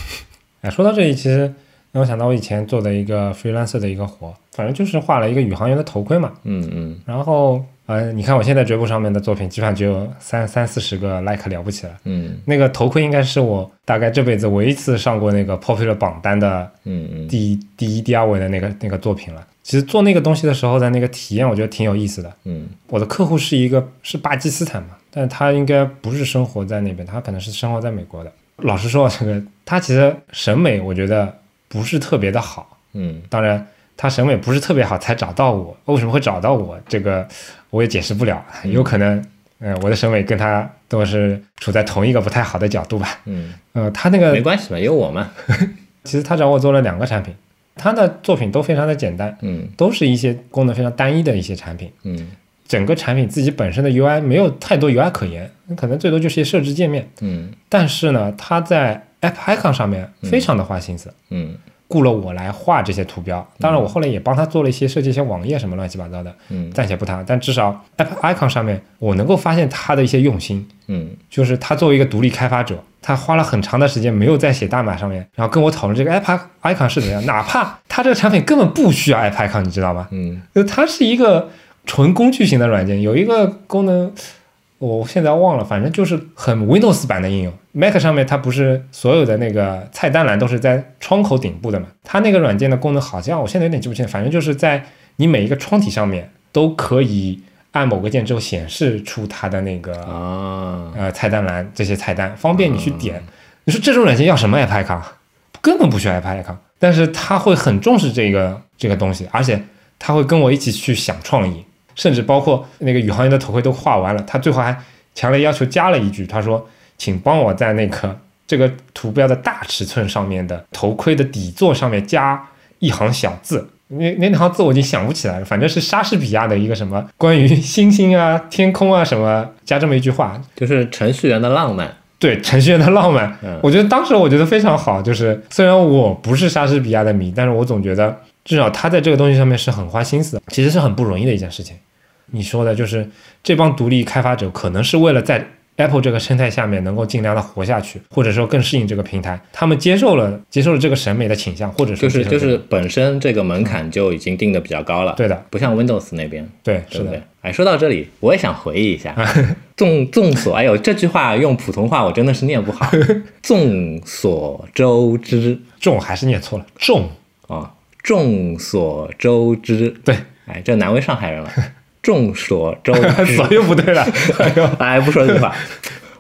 A: 哎，说到这里，其实让我想到我以前做的一个 freelancer 的一个活，反正就是画了一个宇航员的头盔嘛。
B: 嗯嗯
A: 然后呃，你看我现在 Dribble 上面的作品，基本上只有三三四十个 like 了不起了。
B: 嗯
A: 那个头盔应该是我大概这辈子唯一一次上过那个 popular 榜单的
B: 嗯嗯
A: 第一、第一、第二位的那个那个作品了。其实做那个东西的时候的那个体验，我觉得挺有意思的。
B: 嗯
A: 我的客户是一个是巴基斯坦嘛，但他应该不是生活在那边，他可能是生活在美国的。老实说，这个他其实审美我觉得不是特别的好，
B: 嗯
A: 当然他审美不是特别好才找到我，为什么会找到我？这个我也解释不了，有可能，呃，我的审美跟他都是处在同一个不太好的角度吧。
B: 嗯，
A: 呃，他那
B: 没
A: 个
B: 关系嘛，有我嘛。
A: 其实他找我做了两个产品，他的作品都非常的简单，
B: 嗯
A: 都是一些功能非常单一的一些产品。
B: 嗯
A: 整个产品自己本身的 UI 没有太多 UI 可言，可能最多就是一些设置界面。
B: 嗯
A: 但是呢，它在 App Icon 上面非常的花心思，
B: 嗯
A: 雇了我来画这些图标。当然，我后来也帮他做了一些设计，一些网页什么乱七八糟的，
B: 嗯
A: 暂且不谈。但至少 App Icon 上面，我能够发现他的一些用心，
B: 嗯
A: 就是他作为一个独立开发者，他花了很长的时间没有在写代码上面，然后跟我讨论这个 App Icon 是怎么样，哪怕他这个产品根本不需要 App Icon，你知道吗？
B: 嗯
A: 就它是一个纯工具型的软件，有一个功能我现在忘了，反正就是很 Windows 版的应用。Mac 上面它不是所有的那个菜单栏都是在窗口顶部的嘛？它那个软件的功能好像我现在有点记不清，反正就是在你每一个窗体上面都可以按某个键之后显示出它的那个、
B: 啊，
A: 呃菜单栏这些菜单，方便你去点。你说这种软件要什么 App Icon？根本不需要 App Icon，但是他会很重视这个这个东西，而且他会跟我一起去想创意，甚至包括那个宇航员的头盔都画完了，他最后还强烈要求加了一句，他说：“请帮我在那个这个图标的大尺寸上面的头盔的底座上面加一行小字。”那那那行字我已经想不起来了，反正是莎士比亚的一个什么关于星星啊、天空啊什么，加这么一句话，
B: 就是程序员的浪漫。
A: 对 程序员的浪漫，
B: 嗯
A: 我觉得当时我觉得非常好。就是虽然我不是莎士比亚的迷，但是我总觉得至少他在这个东西上面是很花心思的，其实是很不容易的一件事情。你说的就是这帮独立开发者可能是为了在 Apple 这个生态下面能够尽量的活下去，或者说更适应这个平台，他们接受了接受了这个审美的倾向，或者说
B: 就是
A: 接受这
B: 就
A: 个
B: 是本身这个门槛就已经定的比较高了，
A: 对的，
B: 不像 Windows 那边，
A: 对是
B: 对不
A: 的
B: 对，？哎，说到这里，我也想回忆一 下，众众所哎呦，这句话用普通话我真的是念 不好。众所周知
A: 重还是念错了，重
B: 啊、众所周知，
A: 对，
B: 哎，这难为上海人了。众所周知
A: 所，以不 对了。哎呦
B: 哎，不说这句话，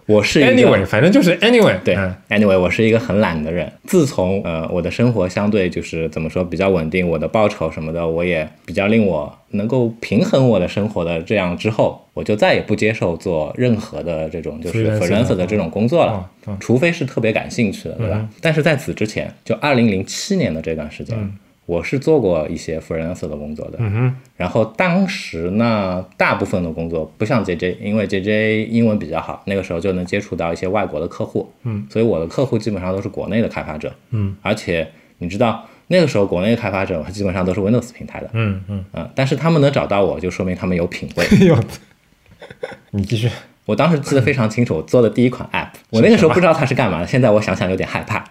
B: 我是一个
A: anyway，反正就是 anyway，
B: 对、
A: 嗯
B: a n y w a y 我是一个很懒的人。自从呃我的生活相对就是怎么说比较稳定，我的报酬什么的我也比较令我能够平衡我的生活的这样之后，我就再也不接受做任何的这种就是
A: Freelancer
B: freelancer 的这种工作了，
A: 嗯嗯嗯
B: 除非是特别感兴趣的，对吧？但是在此之前，就二零零七年的这段时间。我是做过一些 freelancer 的工作的，
A: 嗯哼，
B: 然后当时呢，大部分的工作不像 JJ，因为 JJ 英文比较好，那个时候就能接触到一些外国的客户，嗯，所以我的客户基本上都是国内的开发者，
A: 嗯，
B: 而且你知道那个时候国内的开发者基本上都是 Windows 平台的，
A: 嗯嗯，
B: 嗯，但是他们能找到我，就说明他们有品味。
A: 哎呦，你继续。
B: 我当时记得非常清楚，
A: 嗯
B: 我做的第一款 App，我那个时候不知道它是干嘛的，现在我想想有点害怕，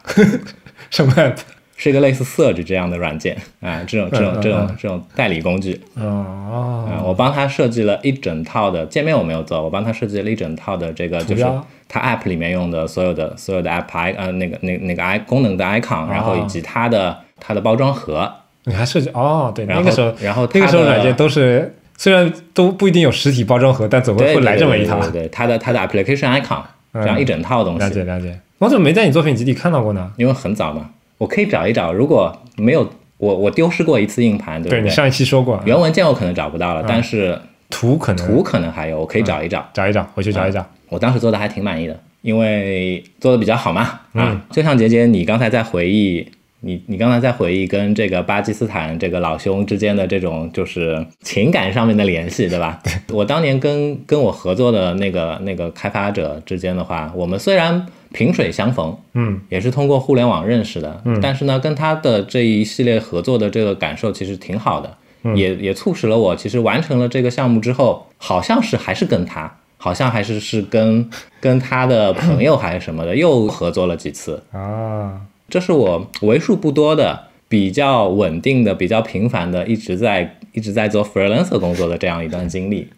A: 什么 app？
B: 是一个类似 Surge 这样的软件啊、这种这种这
A: 嗯
B: 种这种代理工具，
A: 哦，
B: 嗯，我帮他设计了一整套的界面，我没有做，我帮他设计了一整套的这个就是
A: 标
B: 他 App 里面用的所有的所有的 App i 呃那个那那个 i 功能的 icon，然
A: 哦
B: 后以及它的它的包装盒，
A: 你还设计哦，对，
B: 然
A: 那
B: 后
A: 个时候，
B: 然后
A: 那个时候
B: 它的
A: 软件都是虽然都不一定有实体包装盒，但总
B: 对
A: 会会
B: 对
A: 来这么一套。嗯
B: 对对对，它的它的 application icon 这样一整套东
A: 了
B: 西，
A: 解了解，我怎么没在你作品集里看到过呢？
B: 因为很早嘛，我可以找一找，如果没有我我丢失过一次硬盘，对
A: 对
B: 不
A: 你
B: 对？
A: 上嗯一期说过，
B: 原文件我可能找不到了，但是
A: 图可能
B: 图可能还有，我可以找一找。
A: 找一找，回去找一找。
B: 我当时做的还挺满意的，因为做的比较好嘛。啊，就像杰杰，你刚才在回忆，你你刚才在回忆跟这个巴基斯坦这个老兄之间的这种就是情感上面的联系，对吧？我当年跟跟我合作的那个那个开发者之间的话，我们虽然萍水相逢，
A: 嗯，
B: 也是通过互联网认识的，嗯，但是呢，跟他的这一系列合作的这个感受其实挺好的，也也促使了我，其实完成了这个项目之后，好像是还是跟他，好像还是是跟 跟他的朋友还是什么的，又合作了几次，
A: 啊，
B: 这是我为数不多的比较稳定的、比较频繁的一直在一直在做 freelancer 工作的这样一段经历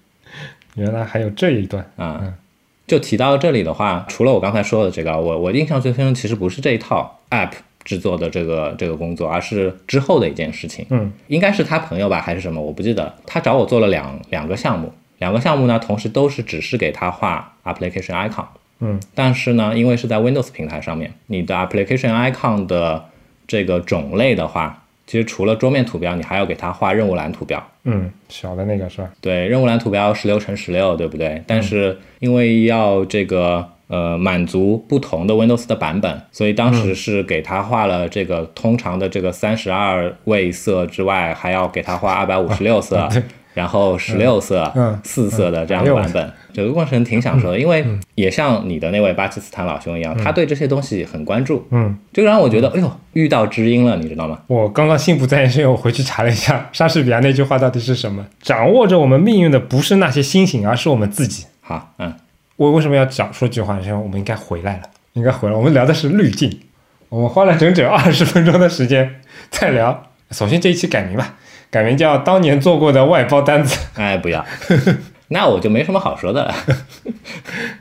A: 原来还有这一段，
B: 啊。就提到这里的话，除了我刚才说的这个，我我印象最深的其实不是这一套 app 制作的这个这个工作，而是之后的一件事情。
A: 嗯，
B: 应该是他朋友吧，还是什么，我不记得了。他找我做了两两个项目，两个项目呢，同时都是只是给他画 application icon。
A: 嗯，
B: 但是呢，因为是在 Windows 平台上面，你的 application icon 的这个种类的话，其实除了桌面图标，你还要给它画任务栏图标。
A: 嗯，小的那个是吧？
B: 对，任务栏图标十六乘十六，对不对？
A: 嗯
B: 但是因为要这个呃满足不同的 Windows 的版本，所以当
A: 嗯
B: 时是给它画了这个通常的这个三十二位色之外，还要给它画二百五十六色， 然后十六色
A: 啊嗯、
B: 四色的这样的版本。整个过程挺享受的，因为也像你的那位巴基斯坦老兄一样，他对这些东西很关注，
A: 嗯，
B: 就让我觉得，哎呦，遇到知音了，你知道吗？
A: 我刚刚心不在焉，是因为我回去查了一下莎士比亚那句话到底是什么：掌握着我们命运的不是那些星星，而是我们自己。
B: 好，嗯，
A: 我为什么要讲说这句话？是因为我们应该回来了，应该回来。我们聊的是滤镜，我们花了整整二十分钟的时间在聊。首先这一期改名吧，改名叫“当年做过的外包单子
B: 哎，不要， 那我就没什么好说的了。”。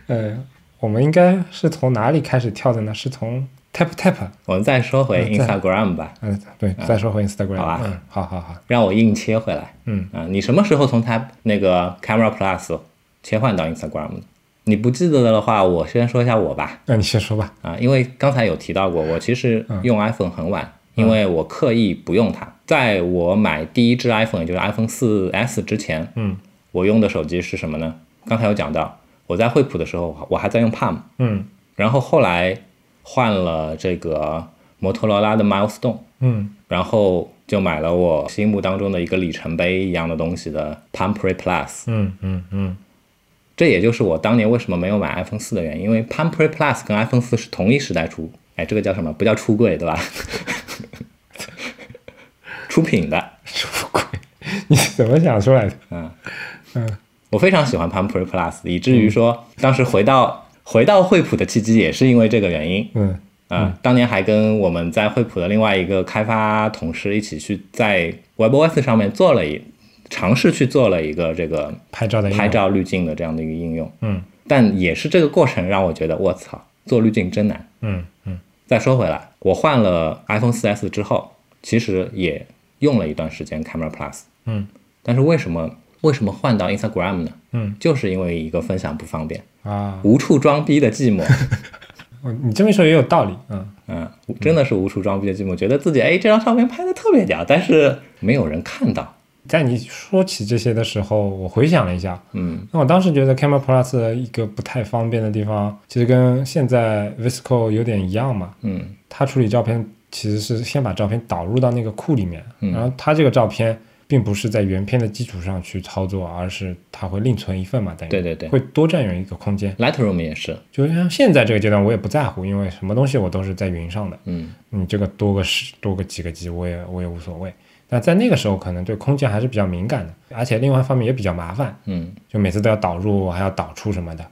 A: 呃，我们应该是从哪里开始跳的呢？是从 tap tap。
B: 我们再说回
A: 嗯再
B: Instagram 吧，
A: 嗯、对，再说回 Instagram。
B: 啊好吧
A: 嗯，好好好。
B: 让我硬切回来。
A: 嗯
B: 啊、你什么时候从它那个 Camera Plus 切换到 Instagram 的？你不记得的话，我先说一下我吧。
A: 那你先说吧。
B: 啊、因为刚才有提到过，我其实
A: 嗯
B: 用 iPhone 很晚，因为我刻意不用它。在我买第一只 iPhone，也就是 iPhone 4S 之前，
A: 嗯
B: 我用的手机是什么呢？刚才有讲到，我在惠普的时候，我还在用 Palm，
A: 嗯
B: 然后后来换了这个摩托罗拉的 Milestone。
A: 嗯
B: 然后就买了我心目当中的一个里程碑一样的东西的 Palm Pre Plus。
A: 嗯嗯嗯
B: 这也就是我当年为什么没有买 iPhone 四的原因，因为 Palm Pre Plus 跟 iPhone 四是同一时代出，哎，这个叫什么？不叫出柜对吧？ 出品的，
A: 出轨？ 你怎么想出来的？
B: 我非常喜欢 Palm Pre Plus，以至于说当时回到回到惠普的契机也是因为这个原因。
A: 嗯
B: 啊、当年还跟我们在惠普的另外一个开发同事一起去在 WebOS 上面做了一尝试去做了一个这个
A: 拍照的应用
B: 拍照滤镜的这样的一个应用。
A: 嗯，
B: 但也是这个过程让我觉得，我操，做滤镜真难。
A: 嗯嗯
B: 再说回来，我换了 iPhone 4S 之后，其实也用了一段时间 Camera Plus，
A: 嗯
B: 但是为什么为什么换到 Instagram 呢？
A: 嗯
B: 就是因为一个分享不方便，
A: 啊，
B: 无处装逼 的寂寞。
A: 哦你这么一说也有道理。嗯
B: 嗯，真的是无处装逼的寂寞，觉得自己哎这张照片拍的特别屌，但是没有人看到。
A: 在你说起这些的时候，我回想了一下，
B: 嗯
A: 那我当时觉得 Camera Plus 的一个不太方便的地方，其实跟现在 Visco 有点一样嘛，
B: 嗯
A: 它处理照片其实是先把照片导入到那个库里面，
B: 嗯
A: 然后它这个照片并不是在原片的基础上去操作，而是它会另存一份嘛，等于
B: 对对对
A: 会多占用一个空间。
B: ，Lightroom 也是。
A: 就像现在这个阶段，我也不在乎，因为什么东西我都是在云上的，
B: 嗯
A: 你这个多个十多个几个 G，我也我也无所谓。但在那个时候，可能对空间还是比较敏感的，而且另外一方面也比较麻烦，
B: 嗯
A: 就每次都要导入，还要导出什么的。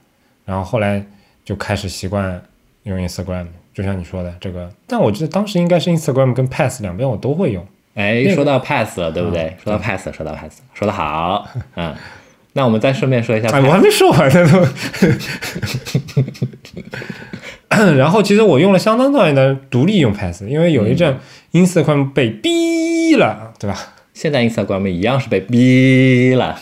A: 然后后来就开始习惯用 Instagram，就像你说的这个。但我觉得当时应该是 Instagram 跟 Pass 两边我都会用。
B: 哎，说到 Pass 了，对不对？说到 Pass，说到 Pass，说得好。嗯，那我们再顺 便说一下
A: 哎，
B: Pass，
A: 我还没说完呢都。 然后其实我用了相当段的独立用 Pass，因为有一阵 Instagram 被逼了，对吧？
B: 现在 Instagram 一样是被逼了。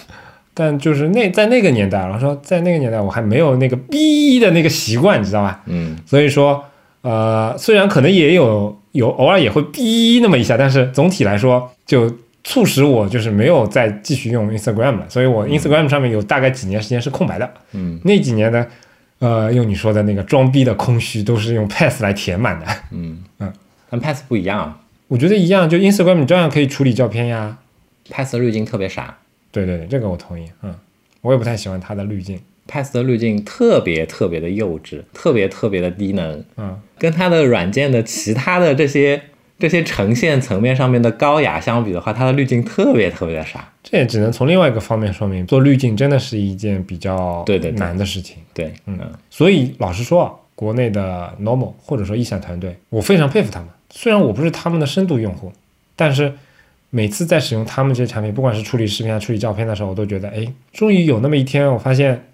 A: 但就是那在那个年代，我说在那个年代我还没有那个逼的那个习惯，你知道吧？
B: 嗯
A: 所以说，呃，虽然可能也有有偶尔也会逼那么一下，但是总体来说就促使我就是没有再继续用 Instagram 了。所以我 Instagram 上面有大概几年时间是空白的，
B: 嗯
A: 那几年呢，呃，用你说的那个装逼的空虚都是用 Pass 来填满的。
B: 嗯
A: 嗯，
B: 但 Pass 不一样啊
A: 我觉得一样，就 Instagram 你照样可以处理照片呀。
B: ，Pass 的滤镜特别傻
A: 对对对，这个我同意。嗯，我也不太喜欢它的滤镜。
B: ，Pass 的滤镜特别特别的幼稚，特别特别的低能。
A: 嗯，
B: 跟它的软件的其他的这些这些呈现层面上面的高雅相比的话，它的滤镜特别特别的傻。
A: 这也只能从另外一个方面说明，做滤镜真的是一件比较
B: 对对对
A: 难的事情。
B: 对，嗯，
A: 所以老实说，啊，国内的 Normal 或者说一闪团队，我非常佩服他们。虽然我不是他们的深度用户，但是每次在使用他们这些产品，不管是处理视频啊、处理照片的时候，我都觉得，哎，终于有那么一天，我发现，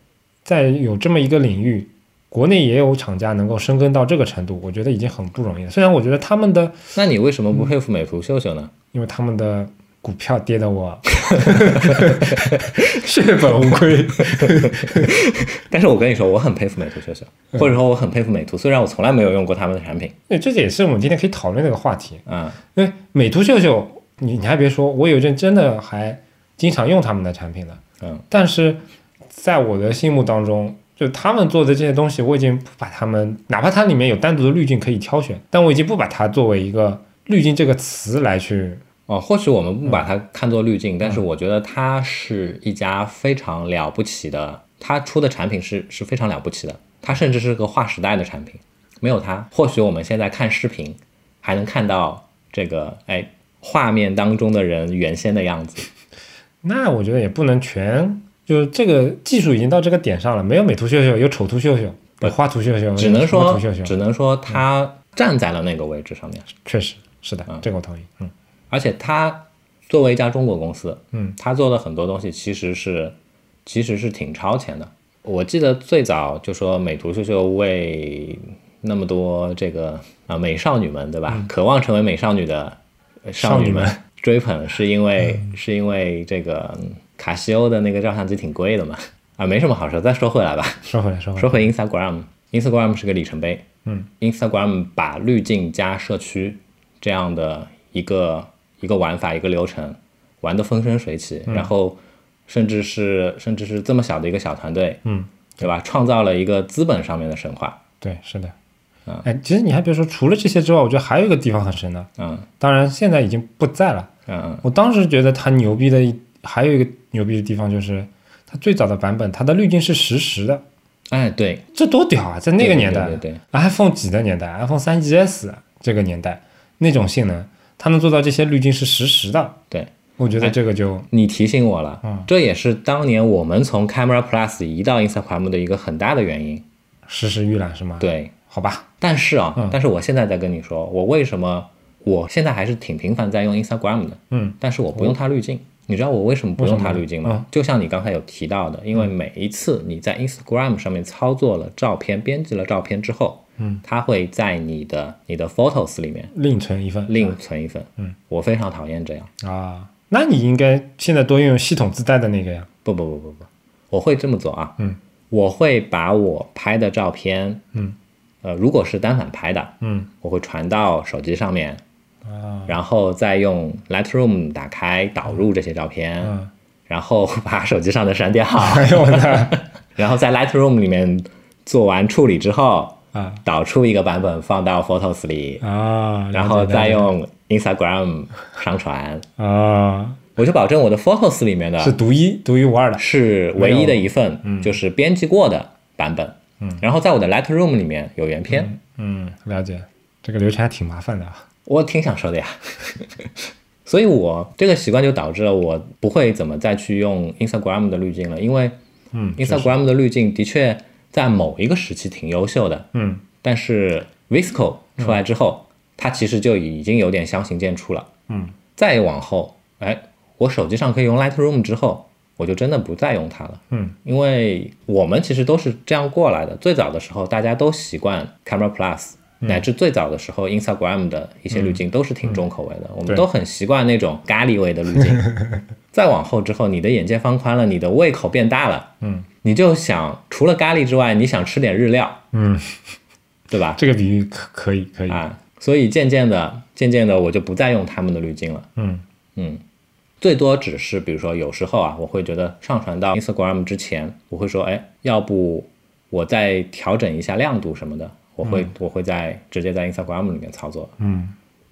A: 在有这么一个领域，国内也有厂家能够深耕到这个程度，我觉得已经很不容易了。虽然我觉得他们的，
B: 那你为什么不佩服美图秀秀呢？
A: 因为他们的股票跌得我 血本无归。
B: 但是我跟你说，我很佩服美图秀秀，
A: 嗯
B: 或者说我很佩服美图，虽然我从来没有用过他们的产品
A: 对，这也是我们今天可以讨论的一个话题。
B: 啊、
A: 因为哎美图秀秀，你你还别说，我有一阵真的还经常用他们的产品的，
B: 嗯，
A: 但是在我的心目当中，就他们做的这些东西，我已经不把他们，哪怕它里面有单独的滤镜可以挑选，但我已经不把它作为一个滤镜这个词来去，
B: 哦，或许我们不把它看作滤
A: 嗯
B: 镜，但是我觉得它是一家非常了不起的，它出的产品是是非常了不起的，它甚至是个划时代的产品。没有它，或许我们现在看视频还能看到这个哎画面当中的人原先的样子。
A: 那我觉得也不能全。就是这个技术已经到这个点上了，没有美图秀秀，有丑图秀秀，有花图秀秀，
B: 只能
A: 嗯有什么
B: 说
A: 图秀，秀，
B: 只能说他站在了那个位置上面，
A: 确实是的，这个我同意。嗯，
B: 而且他作为一家中国公司，
A: 嗯，
B: 他做的很多东西其实是其实是挺超前的。我记得最早就说美图秀秀为那么多这个啊美少女们，对吧？渴望成为美少女的呃嗯少女们嗯
A: 少
B: 追捧，是因为、是因为这个嗯卡西欧的那个照相机挺贵的嘛？啊，没什么好说，再说回来吧。
A: 说回来，说回来，
B: 说回 Instagram，Instagram 是个里程碑。
A: 嗯
B: ，Instagram 把滤镜加社区这样的一个一个玩法、一个流程玩得风生水起，
A: 嗯
B: 然后甚至是甚至是这么小的一个小团队，
A: 嗯，
B: 对吧？创造了一个资本上面的神话。
A: 对，是的。
B: 啊
A: 哎，其实你还别说，除了这些之外，我觉得还有一个地方很神的，
B: 嗯
A: 当然现在已经不在了。
B: 嗯嗯，
A: 我当时觉得它牛逼的一还有一个牛逼的地方就是，它最早的版本它的滤镜是实时的，
B: 哎，对，
A: 这多屌啊！在那个
B: 对
A: 年代
B: 对对对
A: i p h o n e 几的年代，iPhone 三 GS 这个年代，那种性能，它能做到这些滤镜是实时的，
B: 对，
A: 我
B: 哎
A: 觉得这个就、
B: 你提醒我了，
A: 嗯
B: 这也是当年我们从 Camera Plus 移到 Instagram 的一个很大的原
A: 嗯
B: 因。
A: 实时预览是吗？，
B: 对，
A: 好吧，
B: 但是啊，但是我现在在跟你说，我为什么我现在还是挺频繁在用 Instagram 的，
A: 嗯，
B: 但是我不用它滤镜。你知道我为什么不用它滤镜吗？
A: 为什么呢
B: 就像你刚才有提到的，因为每一次你在 Instagram 上面操作了照片、编辑了照片之后，嗯，它会在你的你的 Photos 里面
A: 另存一份
B: 另存一份，嗯，我非常讨厌这样。
A: 啊。那你应该现在多用系统自带的那个呀。
B: 不不不不不，我会这么做啊，
A: 嗯，
B: 我会把我拍的照片，
A: 嗯，
B: 呃，如果是单反拍的，
A: 嗯
B: 我会传到手机上面，
A: 啊
B: 然后再用 Lightroom 打开导入这些照片，
A: 嗯，
B: 然后把手机上的删 掉，
A: 哎呦我的
B: 然后在 Lightroom 里面做完处理之后，
A: 啊
B: 导出一个版本放到 Photos 里，
A: 啊！
B: 然后
A: 了解了
B: 再
A: 解
B: 用 Instagram 上传。
A: 啊，
B: 我就保证我的 Photos 里面的
A: 是独一独一无二的。
B: 是唯一的一份，
A: 嗯
B: 就是编辑过的版本。嗯，然后在我的 Lightroom 里面有原片，
A: 嗯，了解。这个流程还挺麻烦的啊。
B: 我挺享受的呀。 所以我这个习惯就导致了我不会怎么再去用 Instagram 的滤镜了，因为
A: 嗯
B: Instagram 的滤镜的确在某一个时期挺优秀的，
A: 嗯，
B: 但是 Visco 出来之后，它其实就已经有点相形见绌了。
A: 嗯，
B: 再往后，哎，我手机上可以用 Lightroom 之后，我就真的不再用它了。
A: 嗯，
B: 因为我们其实都是这样过来的。最早的时候，大家都习惯 Camera Plus，、乃
A: 嗯
B: 至最早的时候 Instagram 的一些滤镜都是挺重口味的，我们
A: 嗯对
B: 都很习惯那种咖喱味的滤镜。 再往后之后，你的眼界放宽了，你的胃口变大了，
A: 嗯，
B: 你就想除了咖喱之外，你想吃点日料，
A: 嗯，
B: 对吧？
A: 这个比喻可可以可以。
B: 啊，所以渐渐的，渐渐的，我就不再用他们的滤镜了。
A: 嗯
B: 嗯，最多只是比如说有时候啊，我会觉得上传到 Instagram 之前，我会说，哎，要不我再调整一下亮度什么的，我会、我会在直接在 Instagram 里面操作，
A: 嗯，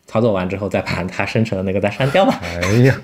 B: 操作完之后再把它生成的那个再删掉吧。
A: 哎呀，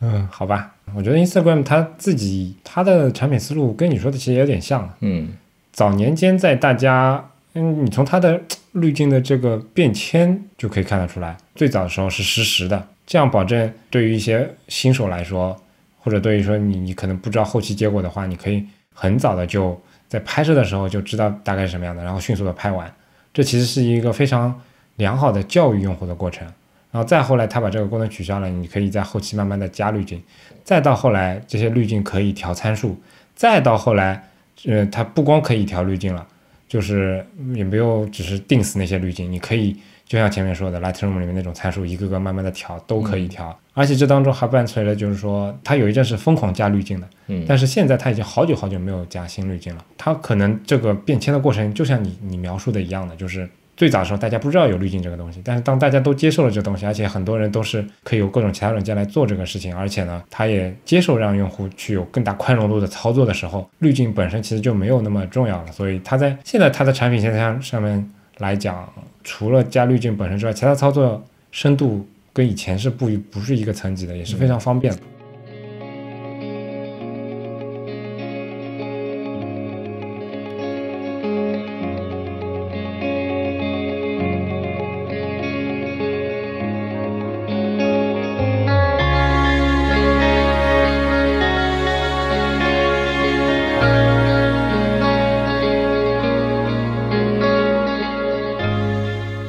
A: 嗯，好吧。我觉得 Instagram 它自己它的产品思路跟你说的其实有点像。
B: 嗯
A: 早年间在大家，嗯，你从它的滤镜的这个变迁就可以看得出来，最早的时候是实时的，这样保证对于一些新手来说，或者对于说你你可能不知道后期结果的话，你可以很早的就在拍摄的时候就知道大概是什么样的，然后迅速的拍完，这其实是一个非常良好的教育用户的过程。然后再后来，它把这个功能取消了，你可以在后期慢慢的加滤镜，再到后来这些滤镜可以调参数，再到后来，呃，它不光可以调滤镜了，就是也没有只是定死那些滤镜，你可以就像前面说的 Lightroom 里面那种参数，一个个慢慢的调都可以调，而且这当中还伴随着就是说，它有一阵是疯狂加滤镜的，
B: 嗯
A: 但是现在它已经好久好久没有加新滤镜了，它可能这个变迁的过程就像你你描述的一样的，就是最早的时候大家不知道有滤镜这个东西，但是当大家都接受了这个东西，而且很多人都是可以有各种其他软件来做这个事情，而且呢，它也接受让用户去有更大宽容度的操作的时候，滤镜本身其实就没有那么重要了。所以它在现在它的产品线上上面来讲，除了加滤镜本身之外，其他操作深度跟以前是不一不是一个层级的，也是非常方便的。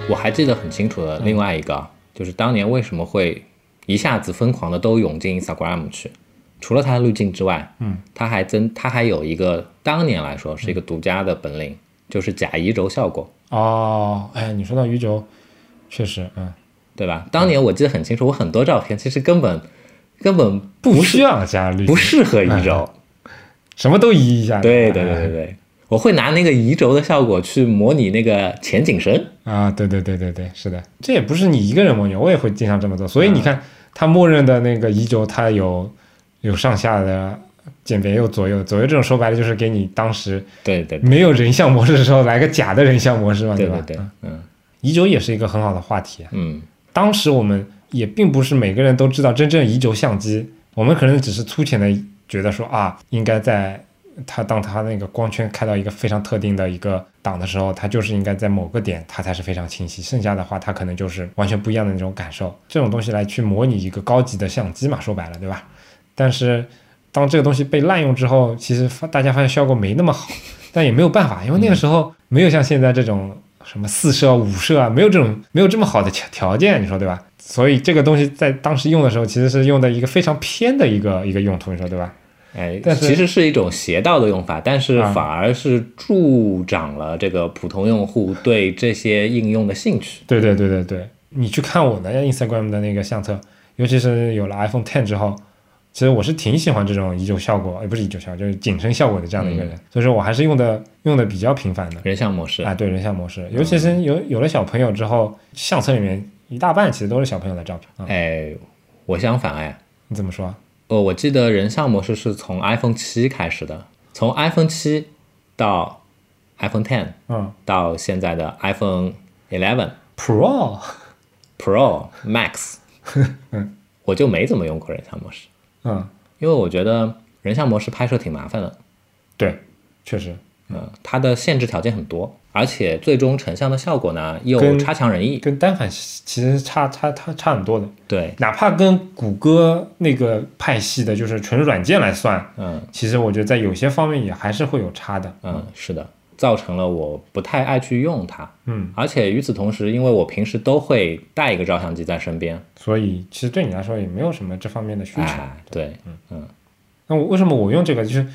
B: 我还记得很清楚的
A: 嗯
B: 另外一个，就是当年为什么会一下子疯狂的都涌进 Instagram 去，除了它的滤镜之外，
A: 嗯，
B: 它还增，它还有一个当年来说是一个独家的本领，就是假移轴效果，
A: 哦，哎，你说到鱼轴，确实，嗯，
B: 对吧？当年我记得很清楚，我很多照片其实根本根本
A: 不
B: 不
A: 需要加滤镜，
B: 不适合移轴，
A: 什么都移一下。
B: 对对
A: 哎
B: 对对对，我会拿那个移轴的效果去模拟那个前景深，
A: 啊，对对对对对，是的，这也不是你一个人模拟，我也会经常这么做。所以你
B: 啊
A: 看，它默认的那个移轴，它有有上下的鉴别，有左右，左右这种说白了就是给你当时
B: 对对对
A: 没有人像模式的时候来个假的人像模式嘛，
B: 对
A: 吧？
B: 对对
A: 嗯，
B: 嗯
A: 移轴也是一个很好的话题啊。
B: 嗯
A: 当时我们也并不是每个人都知道真正移轴相机，我们可能只是粗浅的觉得说啊，应该在它当它那个光圈开到一个非常特定的一个档的时候，它就是应该在某个点它才是非常清晰，剩下的话它可能就是完全不一样的那种感受。这种东西来去模拟一个高级的相机嘛，说白了，对吧？但是当这个东西被滥用之后，其实发大家发现效果没那么好，但也没有办法，因为那个时候没有像现在这种什么四摄、啊、五摄啊，没有这种没有这么好的条条件，你说对吧？所以这个东西在当时用的时候，其实是用的一个非常偏的一个一个用途，你说对吧？
B: 哎，
A: 但是
B: 其实是一种邪道的用法，但是
A: 啊
B: 反而是助长了这个普通用户对这些应用的兴趣。
A: 对对对对对，你去看我的 Instagram 的那个相册，尤其是有了 iPhone Ten 之后，其实我是挺喜欢这种移轴效果，哎也不是移轴效果，就是景深效果的这样的一个人，所以说我还是用的用的比较频繁的。
B: 人像模式，
A: 啊，对人像模式，尤其是有有了小朋友之后，相册里面一大半其实都是小朋友的照片啊、
B: 哎，我相反哎，
A: 你怎么说？
B: 呃，我记得人像模式是从 iPhone 七开始的，从 iPhone 七到 iPhone Ten
A: 嗯
B: 到现在的 iPhone Eleven
A: ，Pro
B: Pro Max，我就没怎么用过人像模式，
A: 嗯，
B: 因为我觉得人像模式拍摄挺麻烦的。
A: 对，确实，
B: 嗯，它的限制条件很多，而且最终成像的效果呢又
A: 跟
B: 差强人意。
A: 跟单反其实差差差差很多的，
B: 对，
A: 哪怕跟谷歌那个派系的，就是纯软件来算，
B: 嗯
A: 其实我觉得在有些方面也还是会有差的。
B: 嗯，是的，造成了我不太爱去用它。
A: 嗯，
B: 而且与此同时，因为我平时都会带一个照相机在身边，
A: 所以其实对你来说也没有什么这方面的嗯需求。
B: 哎，对，
A: 那我为什么我用这个？就是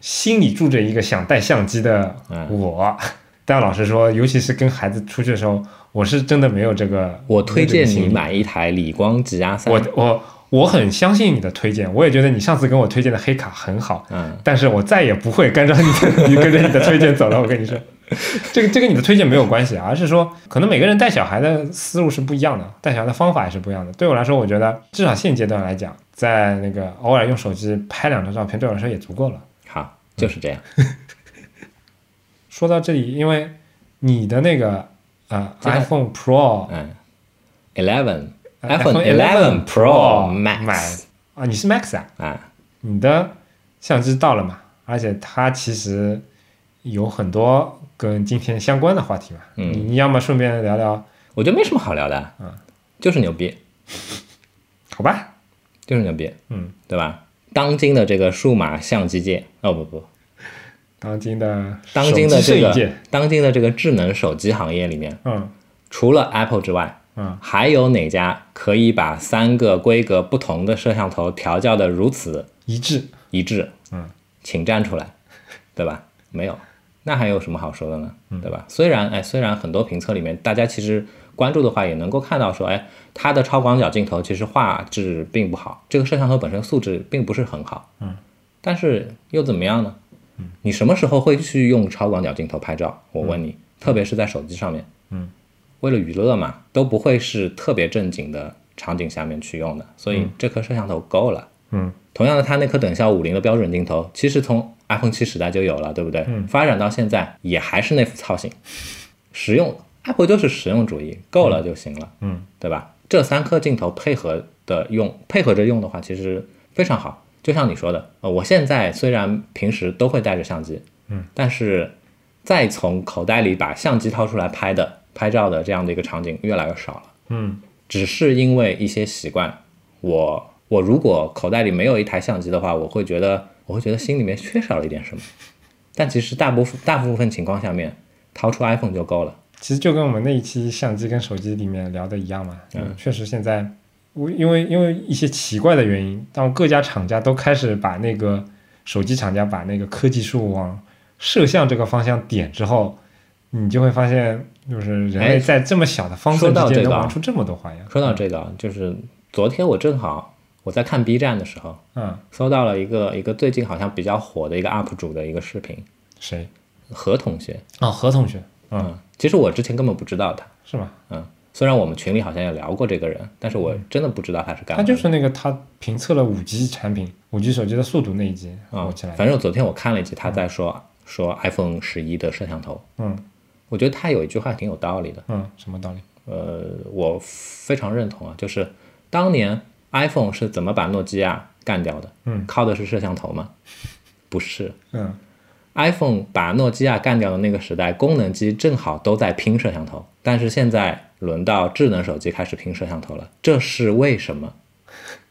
A: 心里住着一个想带相机的
B: 嗯
A: 我。但老实说，尤其是跟孩子出去的时候，我是真的没有这个。
B: 我推荐你
A: 买。
B: 买一台理光吉 R 三
A: 我。我我很相信你的推荐，我也觉得你上次跟我推荐的黑卡很好，
B: 嗯，
A: 但是我再也不会跟着你的 你跟着你的推荐走了。我跟你说， 这个这跟你的推荐没有关系啊，而是说可能每个人带小孩的思路是不一样的，带小孩的方法也是不一样的。对我来说，我觉得至少现阶段来讲，在那个偶尔用手机拍两张照片，对我来说也足够了。
B: 好，就是这样。
A: 说到这里，因为你的那个呃
B: 这个
A: iPhone Pro 呃
B: 嗯，Eleven
A: 哎 iPhone
B: iPhone Eleven Pro Max
A: Max 啊，你是 Max 啊？
B: 啊，
A: 你的相机到了嘛？而且它其实有很多跟今天相关的话题嘛。
B: 嗯
A: 你你要么顺便聊聊，
B: 我觉得没什么好聊的，
A: 嗯，
B: 就是牛逼，
A: 好吧？
B: 就是牛逼，
A: 嗯，
B: 对吧？当今的这个数码相机界，哦不不，
A: 当今的
B: 当今的
A: 手机
B: 这
A: 摄影
B: 个
A: 界，
B: 当今的这个智能手机行业里面，
A: 嗯
B: 除了 Apple 之外，
A: 嗯，
B: 还有哪家可以把三个规格不同的摄像头调教的如此
A: 一致。
B: 一致？
A: 嗯，
B: 请站出来，对吧？没有，那还有什么好说的呢？
A: 嗯
B: 对吧？虽然哎，虽然很多评测里面大家其实关注的话，也能够看到说，哎，它的超广角镜头其实画质并不好，这个摄像头本身素质并不是很好。嗯，但是又怎么样呢？
A: 嗯
B: 你什么时候会去用超广角镜头拍照？我问你，特别是在手机上面，
A: 嗯，
B: 为了娱乐嘛，都不会是特别正经的场景下面去用的，所以这颗摄像头够了。
A: 嗯，
B: 同样的，它那颗等效五零的标准镜头，其实从 iPhone 七时代就有了，对不对？嗯，发展到现在也还是那副操行，实用，Apple 就是实用主义，够了就行了，
A: 嗯，
B: 对吧？这三颗镜头配合的用，配合着用的话，其实非常好。就像你说的，呃，我现在虽然平时都会带着相机，嗯，但是再从口袋里把相机掏出来拍的、拍照的这样的一个场景越来越少了。
A: 嗯，
B: 只是因为一些习惯，我我如果口袋里没有一台相机的话，我会觉得我会觉得心里面缺少了一点什么。但其实大部分大部分情况下面，掏出 iPhone 就够了。
A: 其实就跟我们那一期相机跟手机里面聊的一样嘛，嗯，确实现在我因为因为一些奇怪的原因，当各家厂家都开始把那个手机厂家把那个科技树往摄像这个方向点之后，你就会发现，就是人类
B: 哎
A: 在这么小的方
B: 说
A: 寸之
B: 到
A: 间
B: 这
A: 能
B: 个啊
A: 玩出这么多花样，
B: 说到这个啊，就是昨天我正好我在看 B 站的时候，
A: 嗯，
B: 搜到了一个一个最近好像比较火的一个 UP 主的一个视频，
A: 谁？
B: 何同学。
A: 哦，何同学，嗯，
B: 嗯，其实我之前根本不知道他。
A: 是吧？
B: 嗯，虽然我们群里好像也聊过这个人，但是我真的不知道他是
A: 嗯啊
B: 干嘛
A: 他
B: 的。
A: 就是那个他评测了五 G 产品、五 G 手机的速度那一集，
B: 啊、
A: 我起来，
B: 反正昨天我看了一集，他在说、说 iPhone 十一的摄像头，
A: 嗯
B: 我觉得他有一句话挺有道理的，
A: 嗯，什么道理？
B: 呃，我非常认同啊，就是当年 iPhone 是怎么把诺基亚干掉的？
A: 嗯，
B: 靠的是摄像头吗？不是
A: 嗯
B: ，iPhone 把诺基亚干掉的那个时代，功能机正好都在拼摄像头，但是现在轮到智能手机开始拼摄像头了，这是为什么？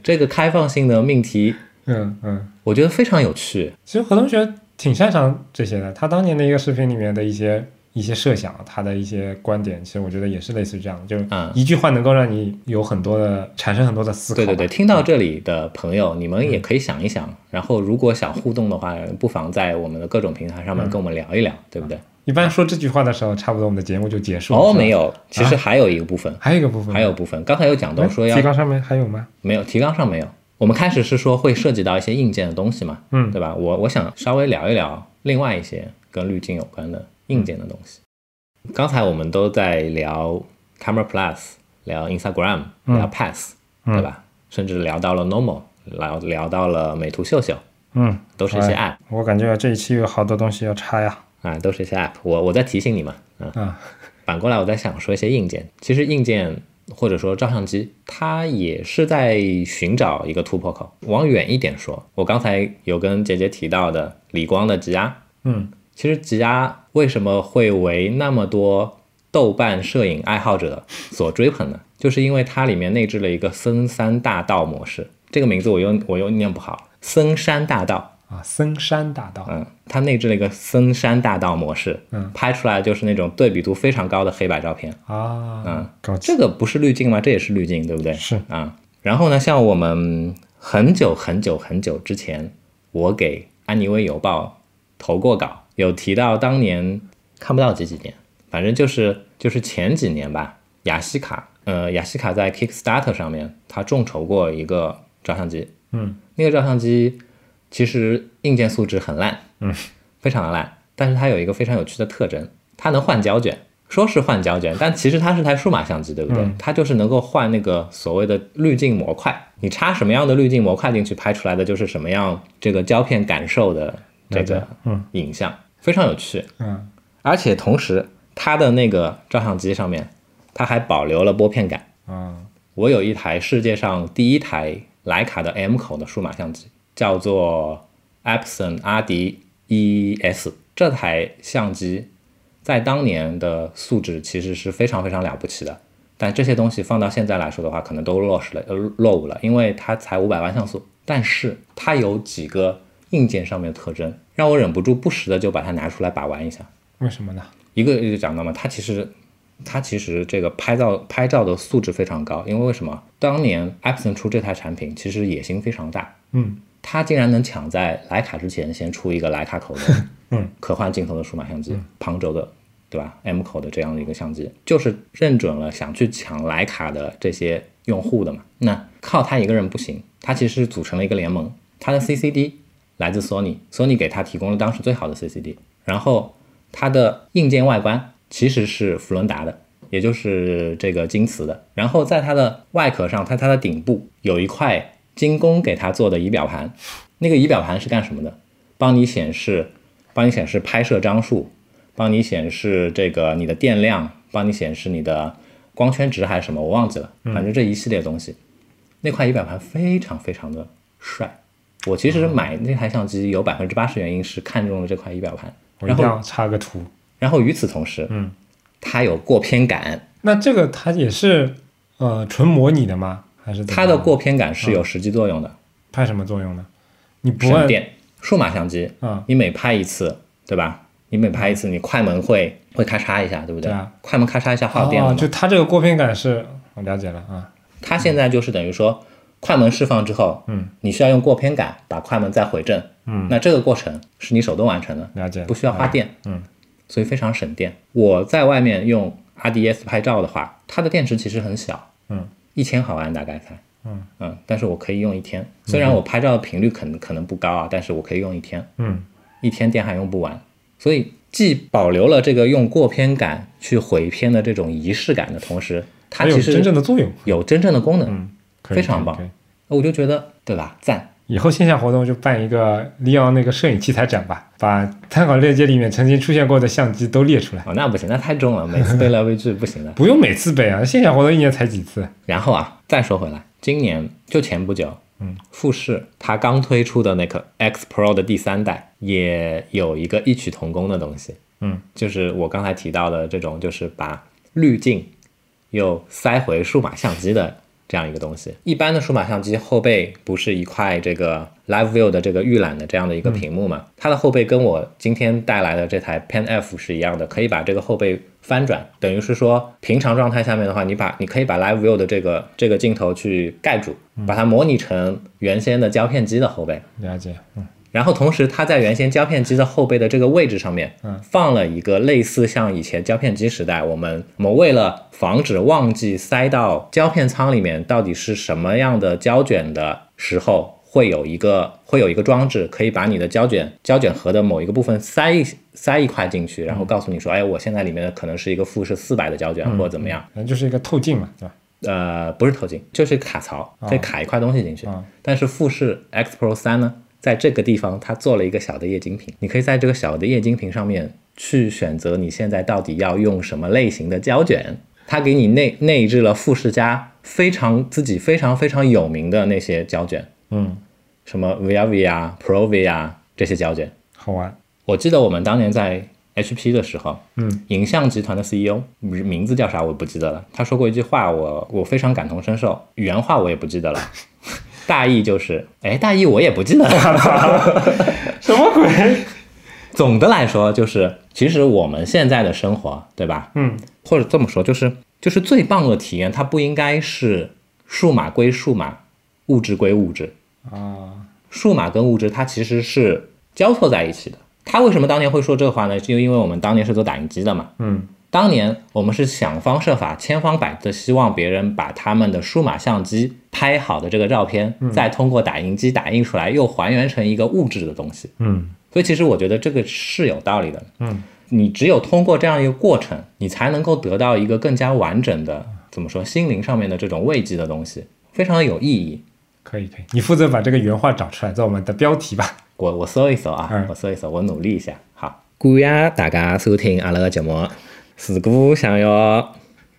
B: 这个开放性的命题，
A: 嗯嗯。
B: 我觉得非常有趣。
A: 其实何同学挺擅长这些的，他当年的一个视频里面的一些一些设想，他的一些观点，其实我觉得也是类似于这样，就
B: 嗯
A: 一句话能够让你有很多的产生很多的思考。嗯
B: 对对对，，听到这里的朋友，你们也可以想一想，然后如果想互动的话，不妨在我们的各种平台上面跟我们聊一聊，对不对？
A: 一般说这句话的时候，差不多我们的节目就结束了。
B: 哦，
A: 嗯是吧
B: 没，有，其实还有一个部分，
A: 还有一个部分，
B: 还有部分，刚才有讲到说要
A: 哎提纲上面还有吗？
B: 没有提纲上没有，我们开始是说会涉及到一些硬件的东西嘛，
A: 嗯
B: 对吧？我我想稍微聊一聊另外一些跟滤镜有关的硬件的东西。刚才我们都在聊 Camera Plus，聊 Instagram，聊 Pass，、
A: 嗯
B: 对吧？甚至聊到了 Normal，聊聊到了美图秀秀。
A: 嗯，
B: 都是一些 app
A: 我感觉这一期有好多东西要插呀。
B: 啊，都是一些 app 我。我在提醒你嘛，啊，
A: 啊，
B: 反过来我在想说一些硬件，其实硬件或者说照相机，它也是在寻找一个突破口。往远一点说，我刚才有跟杰杰提到的理光的积压，
A: 嗯
B: 其实积压为什么会为那么多豆瓣摄影爱好者所追捧呢？就是因为它里面内置了一个森山大道模式，这个名字我又我又念不好，森山大道。
A: 啊，森山大道，
B: 嗯，它内置了一个森山大道模式，
A: 嗯，
B: 拍出来就是那种对比度非常高的黑白照片。
A: 啊，
B: 嗯，
A: 搞基
B: 这个不是滤镜吗？这也是滤镜，对不对？
A: 是
B: 啊。然后呢，像我们很久很久很久之前，我给安妮微邮报投过稿，有提到当年看不到几几年，反正就是就是前几年吧，雅西卡，呃，雅西卡在 Kickstarter 上面，他众筹过一个照相机，
A: 嗯，
B: 那个照相机其实硬件素质很烂，嗯，非常的烂，但是它有一个非常有趣的特征，它能换胶卷。说是换胶卷，但其实它是台数码相机，对不对？它就是能够换那个所谓的滤镜模块，你插什么样的滤镜模块进去，拍出来的就是什么样这个胶片感受的这个影像，非常有趣。
A: 嗯
B: 而且同时，它的那个照相机上面，它还保留了拨片杆。
A: 啊，
B: 我有一台世界上第一台徕卡的 M 口的数码相机，叫做 Epson RD ES。这台相机在当年的素质其实是非常非常了不起的，但这些东西放到现在来说的话，可能都落实了呃落伍了，因为它才五百万像素，但是它有几个硬件上面的特征，让我忍不住不时的就把它拿出来把玩一下。
A: 为什么呢？
B: 一个就讲到嘛，它其实它其实这个拍照拍照的素质非常高，因为为什么？当年 Epson 出这台产品，其实野心非常大，
A: 嗯，
B: 它竟然能抢在徕卡之前先出一个徕卡口的，
A: 嗯，
B: 可换镜头的数码相机，旁轴的，对吧？M 口的这样的一个相机，就是认准了想去抢徕卡的这些用户的嘛。那靠它一个人不行，它其实组成了一个联盟，它的 CCD 来自索尼，索尼给它提供了当时最好的 CCD，然后它的硬件外观其实是福伦达的，也就是这个京瓷的。然后在它的外壳上，它它的顶部有一块精工给它做的仪表盘，那个仪表盘是干什么的？帮你显示，帮你显示拍摄张数，帮你显示这个你的电量，帮你显示你的光圈值还是什么，我忘记了，反正这一系列东西。那块仪表盘非常非常的帅。我其
A: 嗯
B: 实买那台相机有百分之八十原因是看中了这块仪表盘，
A: 我一
B: 然
A: 定
B: 后
A: 要插个图。
B: 然后与此同时，
A: 嗯，
B: 它有过偏感，
A: 那这个它也是呃纯模拟的吗？还是怎么
B: 它的
A: 样
B: 过偏感是有实际作用的，
A: 派什么作用呢？你嗯不
B: 省
A: 问
B: 电。数码相机，
A: 嗯，
B: 你每拍一次，对吧？你每拍一次，你快门会会咔嚓一下，对不
A: 对
B: 对？
A: 啊
B: 快门咔嚓一下耗电了
A: 哦，
B: 嘛。
A: 就它这个过片感是，我了解了啊，
B: 它现在就是等于说，快门释放之后，
A: 嗯，
B: 你需要用过偏感把快门再回正，
A: 嗯，
B: 那这个过程是你手动完成的，
A: 了解了，
B: 不需要花
A: 啊，
B: 电，
A: 嗯，
B: 所以非常省电。我在外面用 RDS 拍照的话，它的电池其实很小，
A: 嗯，
B: 一千毫安大概才，
A: 嗯
B: 但是我可以用一天，虽然我拍照的频率可能可能不高啊，但是我可以用一天，
A: 嗯，
B: 一天电还用不完，所以既保留了这个用过偏感去回片的这种仪式感的同时，它
A: 还有
B: 其实
A: 哎真正的作用，
B: 有真正的功能，
A: 嗯，可以
B: 非常
A: 可以
B: 棒
A: 可以
B: 我就觉得对吧，赞。
A: 以后线下活动就办一个利用那个摄影器材展吧，把参考链接里面曾经出现过的相机都列出来，
B: 哦，那不行，那太重了，每次背来背去不行的。
A: 不用每次背啊，线下活动一年才几次，
B: 然后啊，再说回来，今年就前不久，
A: 嗯，
B: 富士它刚推出的那个 X Pro 的第三代也有一个异曲同工的东西，
A: 嗯，
B: 就是我刚才提到的这种，就是把滤镜又塞回数码相机的这样一个东西。一般的数码相机后背不是一块这个 Live View 的这个预览的这样的一个屏幕嘛？它的后背跟我今天带来的这台 Pen F 是一样的，可以把这个后背翻转，等于是说平常状态下面的话，你把你可以把 Live View 的这个这个镜头去盖住，把它模拟成原先的胶片机的后背。
A: 了解，嗯，
B: 然后同时，它在原先胶片机的后背的这个位置上面，
A: 嗯
B: 放了一个类似像以前胶片机时代，我们我们为了防止忘记塞到胶片仓里面到底是什么样的胶卷的时候，会有一个会有一个装置可以把你的胶卷胶卷盒的某一个部分塞一塞一块进去，然后告诉你说，哎，我现在里面的可能是一个富士四百的胶卷、或者怎么样，
A: 反正就是一个透镜嘛，对吧？
B: 呃，不是透镜，就是卡槽，可以卡一块东西进去。
A: 啊
B: 但是富士 X Pro 三呢，在这个地方它做了一个小的液晶屏，你可以在这个小的液晶屏上面去选择你现在到底要用什么类型的胶卷。它给你内内置了富士家非常自己非常非常有名的那些胶卷，
A: 嗯，
B: 什么 VRV 啊、ProV 啊这些胶卷。
A: 好玩，
B: 我记得我们当年在 HP 的时候，
A: 嗯，
B: 影像集团的 CEO 名名字叫啥我不记得了，他说过一句话，我我非常感同身受，原话我也不记得了，大意就是，哎，大意我也不记得了。
A: 什么鬼？
B: 总的来说，就是其实我们现在的生活，对吧？
A: 嗯，
B: 或者这么说，就是就是最棒的体验，它不应该是数码归数码，物质归物质，
A: 啊，
B: 数码跟物质它其实是交错在一起的。他为什么当年会说这话呢？就因为我们当年是做打印机的嘛，
A: 嗯，
B: 当年我们是想方设法、千方百计地希望别人把他们的数码相机拍好的这个照片，
A: 嗯
B: 再通过打印机打印出来，又还原成一个物质的东西。
A: 嗯，
B: 所以其实我觉得这个是有道理的。
A: 嗯，
B: 你只有通过这样一个过程，你才能够得到一个更加完整的，怎么说，心灵上面的这种慰藉的东西，非常有意义。
A: 可以可以，你负责把这个原话找出来，做我们的标题吧。
B: 我我搜一搜啊，
A: 嗯
B: 我搜一搜，我努力一下。好，感谢大家收听阿拉个节目。如果想要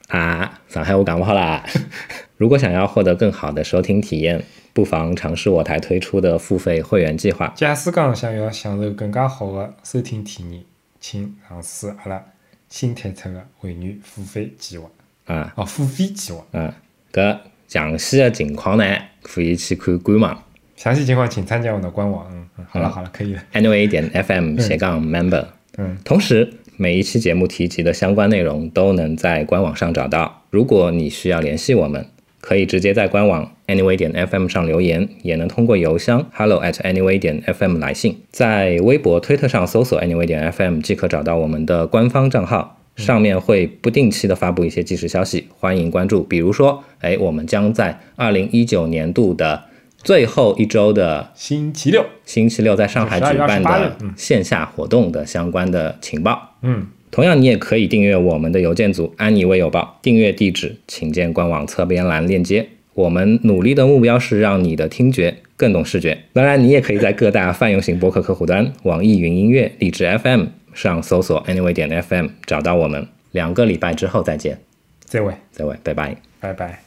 B: 啊，上海话讲不好啦。 如果想要获得更好的收听体验，不妨尝试我台推出的付费会员计划。
A: 假使讲想要享受更加好的收听体验，请尝试阿拉新推出的会员付费计划。
B: 啊
A: 哦，付费计划，
B: 啊，搿详细的情况呢，可以去看官网
A: 详细情况请参见我的官网。嗯，嗯好了好了，可以了。
B: anyway 点 fm 斜杠 member。
A: 嗯，
B: 同时，每一期节目提及的相关内容都能在官网上找到。如果你需要联系我们，可以直接在官网 anyway 点 fm 上留言，也能通过邮箱 hello at anyway 点 fm 来信。在微博、推特上搜索 anyway 点 fm 即可找到我们的官方账号，
A: 嗯
B: 上面会不定期的发布一些即时消息，欢迎关注。比如说，哎，我们将在二零一九年度的最后一周的
A: 星期六，
B: 星期六在上海举办
A: 12月28日
B: 的
A: 嗯
B: 线下活动的相关的情报。
A: 嗯，
B: 同样，你也可以订阅我们的邮件组“安妮微邮报”，订阅地址请见官网侧边栏链接。我们努力的目标是让你的听觉更懂视觉。当然，你也可以在各大泛用型播客客户端、网易云音乐、荔枝 FM 上搜索 anyway 点 FM 找到我们。两个礼拜之后再见，
A: 这位，
B: 再会，拜拜。
A: 拜拜。